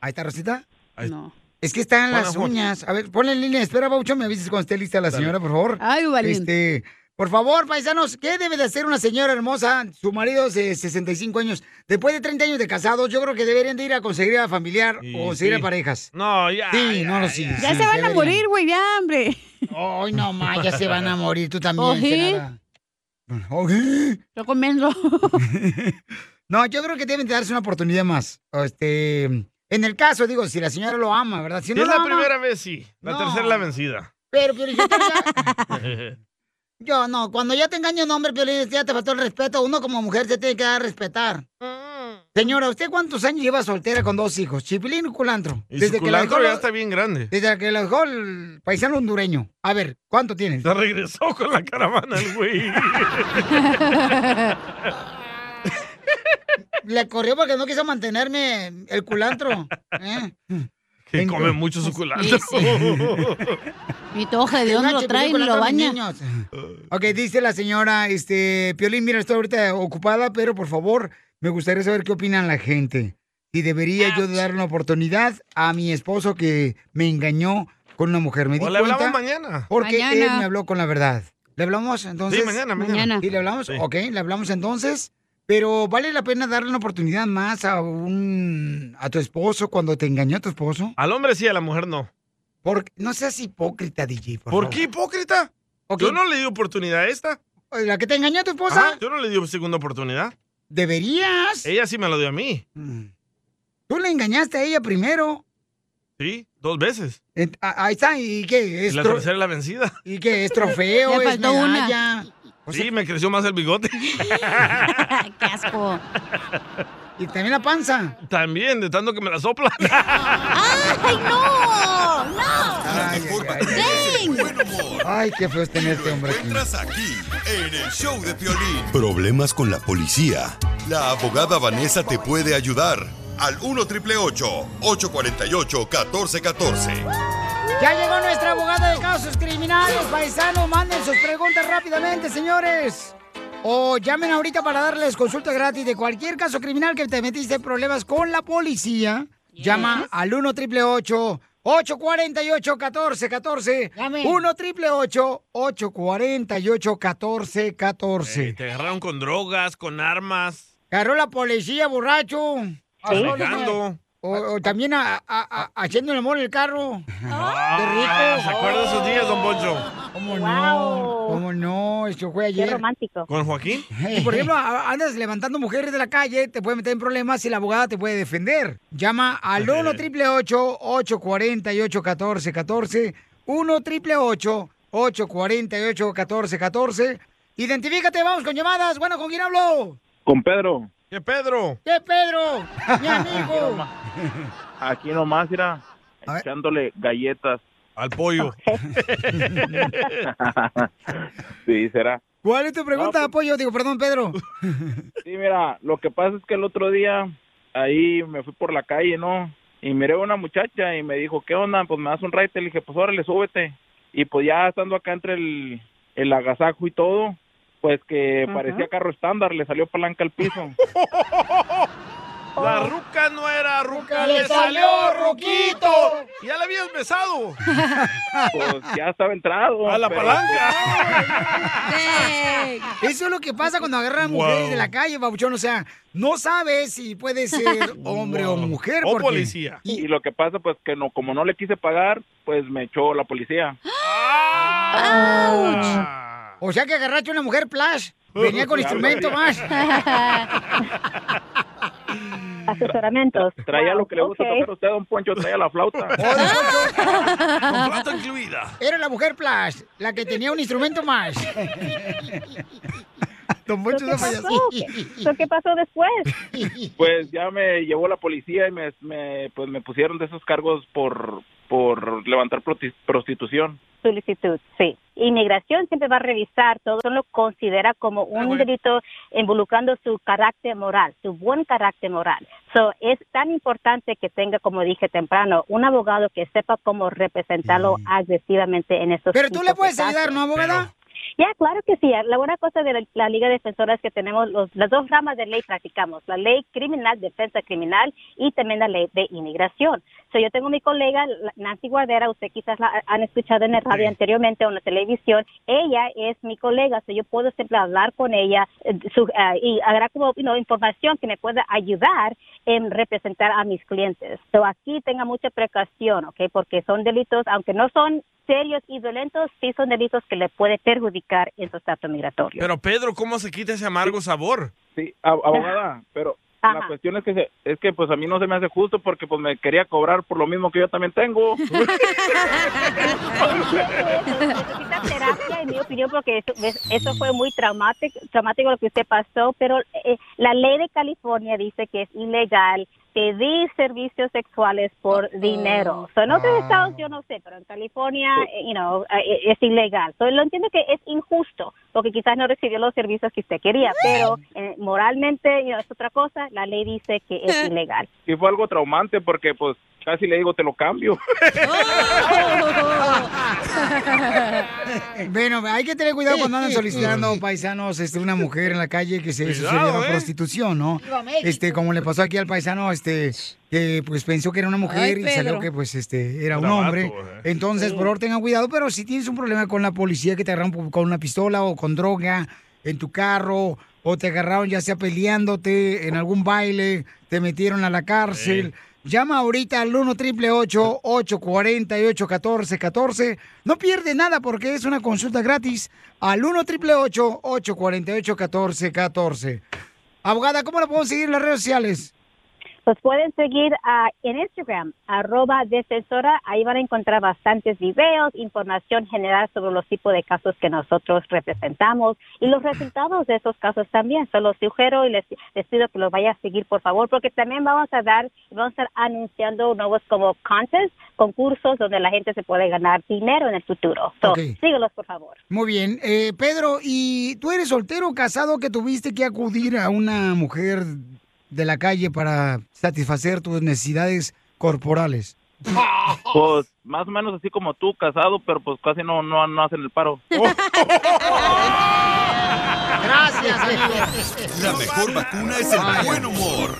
Speaker 3: Ahí está Rosita.
Speaker 8: No.
Speaker 3: Es que están
Speaker 5: Hola,
Speaker 3: las
Speaker 5: Juan.
Speaker 3: uñas. A ver, ponle en línea. Espera, Baucho, me avises cuando esté lista la
Speaker 5: Dale.
Speaker 3: señora, por favor.
Speaker 8: Ay, valiente.
Speaker 3: Este, por favor, paisanos, ¿qué debe de hacer una señora hermosa? Su marido es de 65 años. Después de 30 años de casados, yo creo que deberían de ir a conseguir a familiar o conseguir
Speaker 5: sí.
Speaker 3: a parejas.
Speaker 5: No, ya.
Speaker 3: Sí, no lo sí,
Speaker 8: Ya
Speaker 3: sí,
Speaker 8: se van a
Speaker 3: deberían.
Speaker 8: morir, güey, ya, hombre.
Speaker 3: Ay, no más, Ah, ya se van a morir. Tú también,
Speaker 8: Ojí.
Speaker 3: Senada. Ojí.
Speaker 8: Lo comiendo.
Speaker 3: No, yo creo que deben de darse una oportunidad más. Este, en el caso, digo, si la señora lo ama, ¿verdad? Si
Speaker 5: Si
Speaker 3: no
Speaker 5: es
Speaker 3: lo
Speaker 5: la
Speaker 3: ama,
Speaker 5: primera vez, sí. La
Speaker 3: No.
Speaker 5: tercera es la vencida.
Speaker 3: Pero, Piolín, yo, te- yo no, cuando ya te engaña un hombre, Piolín, ya te faltó el respeto. Uno como mujer se tiene que dar a respetar.
Speaker 8: Mm.
Speaker 3: Señora, ¿usted cuántos años lleva soltera con dos hijos? ¿Chipilín o culantro?
Speaker 5: Y su culantro
Speaker 3: lo-
Speaker 5: ya está bien grande.
Speaker 3: desde que la dejó el paisano hondureño. A ver, ¿cuánto tienes?
Speaker 5: Se regresó con la caravana el güey.
Speaker 3: Le corrió porque no quiso mantenerme el culantro. ¿eh?
Speaker 5: Que come mucho su culantro.
Speaker 3: Sí, sí.
Speaker 8: Y todo
Speaker 3: Tengo
Speaker 8: hediondo lo
Speaker 3: chipilín
Speaker 8: trae y
Speaker 3: culantro
Speaker 8: lo
Speaker 3: a mis
Speaker 8: baña.
Speaker 3: niños. Ok, dice la señora, este, Piolín, mira, estoy ahorita ocupada, pero por favor, me gustaría saber qué opinan la gente. Si debería yo de dar una oportunidad a mi esposo que me engañó con una mujer. Me di
Speaker 5: O le hablamos
Speaker 3: cuenta
Speaker 5: mañana.
Speaker 3: Porque
Speaker 5: Mañana.
Speaker 3: él me habló con la verdad. ¿Le hablamos entonces?
Speaker 5: Sí, mañana, mañana. Mañana.
Speaker 3: ¿Y le hablamos?
Speaker 5: Sí.
Speaker 3: Ok, le hablamos entonces. Pero vale la pena darle una oportunidad más a un a tu esposo cuando te engañó tu esposo.
Speaker 5: Al hombre sí, a la mujer no.
Speaker 3: Porque no seas hipócrita, DJ. Por,
Speaker 5: ¿Por
Speaker 3: favor.
Speaker 5: qué hipócrita?
Speaker 3: Ok.
Speaker 5: Yo no le di oportunidad a esta.
Speaker 3: ¿La que te engañó tu esposa?
Speaker 5: Ajá, yo no le di segunda oportunidad.
Speaker 3: Deberías. Mm.
Speaker 5: Ella sí me la dio a mí.
Speaker 3: Tú le engañaste a ella primero.
Speaker 5: Sí, dos veces.
Speaker 3: Ent- a- Ah, Ahí está, ¿y qué?
Speaker 5: Y
Speaker 3: Es
Speaker 5: la
Speaker 3: tro-
Speaker 5: tercera es la vencida.
Speaker 3: ¿Y qué? ¿Es trofeo?
Speaker 8: Le
Speaker 3: ¿Es
Speaker 8: faltó una.
Speaker 3: medalla?
Speaker 5: sí, me creció más el bigote.
Speaker 8: Qué asco.
Speaker 3: ¿Y también la panza?
Speaker 5: También, de tanto que me la sopla.
Speaker 8: ¡Ay, no! ¡No!
Speaker 3: Ay, qué feo es tener este hombre aquí.
Speaker 6: Entras aquí, en el show de Piolín. Problemas con la policía. La abogada Vanessa te puede ayudar. Al 1 triple 848 1414.
Speaker 3: Ya llegó nuestra abogada de casos criminales, paisano. Manden sus preguntas rápidamente, señores. O llamen ahorita para darles consulta gratis de cualquier caso criminal que te metiste en problemas con la policía. Llama al 1 888 848 1414
Speaker 5: Llame.
Speaker 3: 1 888 848 1414
Speaker 5: Te agarraron con drogas, con armas.
Speaker 3: Agarró la policía, borracho.
Speaker 5: Manejando.
Speaker 3: O, o también a- a- a- haciendo el amor en el carro. ¡Qué
Speaker 5: Ah,
Speaker 3: rico!
Speaker 5: ¿Se acuerda de esos días, don Poncho?
Speaker 3: ¿Cómo no? ¿Cómo no? Eso fue ayer.
Speaker 22: romántico.
Speaker 5: ¿Con Joaquín?
Speaker 3: Y por ejemplo, a- andas levantando mujeres de la calle, te puede meter en problemas y la abogada te puede defender. Llama al 1 888 848 1414 1 888 848 1414 Identifícate, vamos con llamadas. Bueno, ¿con quién hablo?
Speaker 26: Con Pedro.
Speaker 5: ¿Qué Pedro?
Speaker 3: ¿Qué Pedro? Mi amigo.
Speaker 26: Aquí nomás, mira, echándole galletas.
Speaker 5: Al pollo.
Speaker 26: sí, será.
Speaker 3: ¿Cuál es tu pregunta, apoyo? Digo, perdón, Pedro.
Speaker 26: Sí, mira, lo que pasa es que el otro día ahí me fui por la calle, ¿no? Y miré a una muchacha y me dijo, ¿qué onda? Pues me das un ride. Le dije, pues órale, súbete. Y pues ya estando acá entre el, el agasajo y todo, pues que
Speaker 5: Ajá.
Speaker 26: parecía carro estándar, le salió palanca al piso.
Speaker 5: La ruca no era ruca,
Speaker 26: Le
Speaker 5: Oh. le salió
Speaker 26: salió
Speaker 5: ruquito. Ya la habías besado.
Speaker 26: Pues ya estaba entrado.
Speaker 5: A la
Speaker 26: pero-
Speaker 5: palanca.
Speaker 3: Eso es lo que pasa cuando agarran
Speaker 26: Wow.
Speaker 3: mujeres de la calle, babuchón. O sea, no sabes si puede ser hombre o mujer. porque-
Speaker 26: Y, lo que pasa, pues que no, como no le quise pagar, pues me echó la policía.
Speaker 3: O sea que agarraste una mujer plush. Venía con instrumento más.
Speaker 22: Asesoramientos.
Speaker 26: Traía lo que le
Speaker 22: Wow,
Speaker 26: gusta
Speaker 22: ok.
Speaker 26: tocar a usted, don Poncho, traía la flauta.
Speaker 3: Con
Speaker 5: plata incluida.
Speaker 3: Era la mujer plush, la que tenía un instrumento más. Don Poncho
Speaker 22: ¿Pero
Speaker 3: es un
Speaker 22: qué pasó?
Speaker 3: payaso.
Speaker 22: ¿Pero qué pasó después?
Speaker 26: Pues ya me llevó la policía y me, me- pues me pusieron de esos cargos por, por levantar proti- prostitución.
Speaker 22: Solicitud, sí. Inmigración siempre va a revisar todo, lo considera como
Speaker 3: Ah,
Speaker 22: un delito involucrando su carácter moral, su buen carácter moral. So, es tan importante que tenga, como dije temprano, un abogado que sepa cómo representarlo agresivamente en estos
Speaker 3: Pero tú
Speaker 22: tipos
Speaker 3: le
Speaker 22: de
Speaker 3: puedes
Speaker 22: casos.
Speaker 3: ayudar, ¿no, abogada?
Speaker 22: Ya, claro que sí. La buena cosa de la, la Liga Defensora es que tenemos los- las dos ramas de ley practicamos, la ley criminal, defensa criminal y también la ley de inmigración. So, yo tengo mi colega la- Nancy Guardera, usted quizás la han escuchado en el radio anteriormente o en la televisión. Ella es mi colega, so yo puedo siempre hablar con ella eh, su- ah, y habrá como you know, información que me pueda ayudar en representar a mis clientes. So, aquí tenga mucha precaución, ¿ok? Porque son delitos, aunque no son serios y violentos, sí son delitos que le puede perjudicar en su estatus migratorio.
Speaker 5: Pero Pedro, ¿cómo se quita ese amargo sabor?
Speaker 26: Sí, ab- abogada, pero la cuestión es que, se- es que pues a mí no se me hace justo porque pues me quería cobrar por lo mismo que yo también tengo.
Speaker 22: Necesita terapia, en mi opinión, porque eso, ves, eso fue muy traumático, traumático lo que usted pasó, pero eh, la ley de California dice que es ilegal pedir servicios sexuales por
Speaker 8: Oh.
Speaker 22: dinero. So, en
Speaker 8: Ah.
Speaker 3: Ah.
Speaker 22: otros estados yo no sé, pero en California, eh, you know, eh, es ilegal. So, lo entiendo que es injusto, porque quizás no recibió los servicios que usted quería, pero eh, moralmente you know, es otra cosa. La ley dice que es ilegal.
Speaker 26: Y fue algo traumante porque pues casi le digo te lo cambio.
Speaker 3: Bueno, hay que tener cuidado cuando andan solicitando paisanos este, una mujer en la calle que se eso sería
Speaker 26: Cuidado,
Speaker 3: la
Speaker 26: ¿eh?
Speaker 3: prostitución, ¿no?
Speaker 26: Viva México.
Speaker 3: Este, como le pasó aquí al paisano, este, que pues pensó que era una mujer
Speaker 26: Ay,
Speaker 3: y salió
Speaker 26: Pedro.
Speaker 3: que pues este era
Speaker 26: Era
Speaker 3: un
Speaker 26: vato,
Speaker 3: hombre.
Speaker 26: ¿eh?
Speaker 3: Entonces, por favor, tengan cuidado, pero si tienes un problema con la policía que te agarraron por- con una pistola o con droga en tu carro o te agarraron ya sea peleándote en algún baile, te metieron a la cárcel. Llama ahorita al 1 888 848 1414 No pierde nada porque es una consulta gratis al 1 888 848 1414 Abogada, ¿cómo la podemos seguir en las redes sociales?
Speaker 22: Pues pueden seguir ah, en Instagram, arroba defensora. Ahí van a encontrar bastantes videos, información general sobre los tipos de casos que nosotros representamos y los resultados de esos casos también. Se los sugiero y les, les pido que los vaya a seguir, por favor, porque también vamos a dar, vamos a estar anunciando nuevos como contests, concursos donde la gente se puede ganar dinero en el futuro. So,
Speaker 3: Ok.
Speaker 22: Síguelos, por favor.
Speaker 3: Muy bien. Eh, Pedro, ¿y tú eres soltero o casado que tuviste que acudir a una mujer de la calle para satisfacer tus necesidades corporales?
Speaker 26: Pues más o menos así como tú, casado, pero pues casi no, no, no hacen el paro.
Speaker 15: Gracias, amigo.
Speaker 6: La mejor vacuna es el buen humor.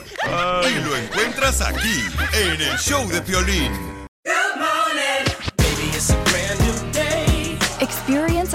Speaker 6: Y lo encuentras aquí, en el show de Piolín.
Speaker 23: Experience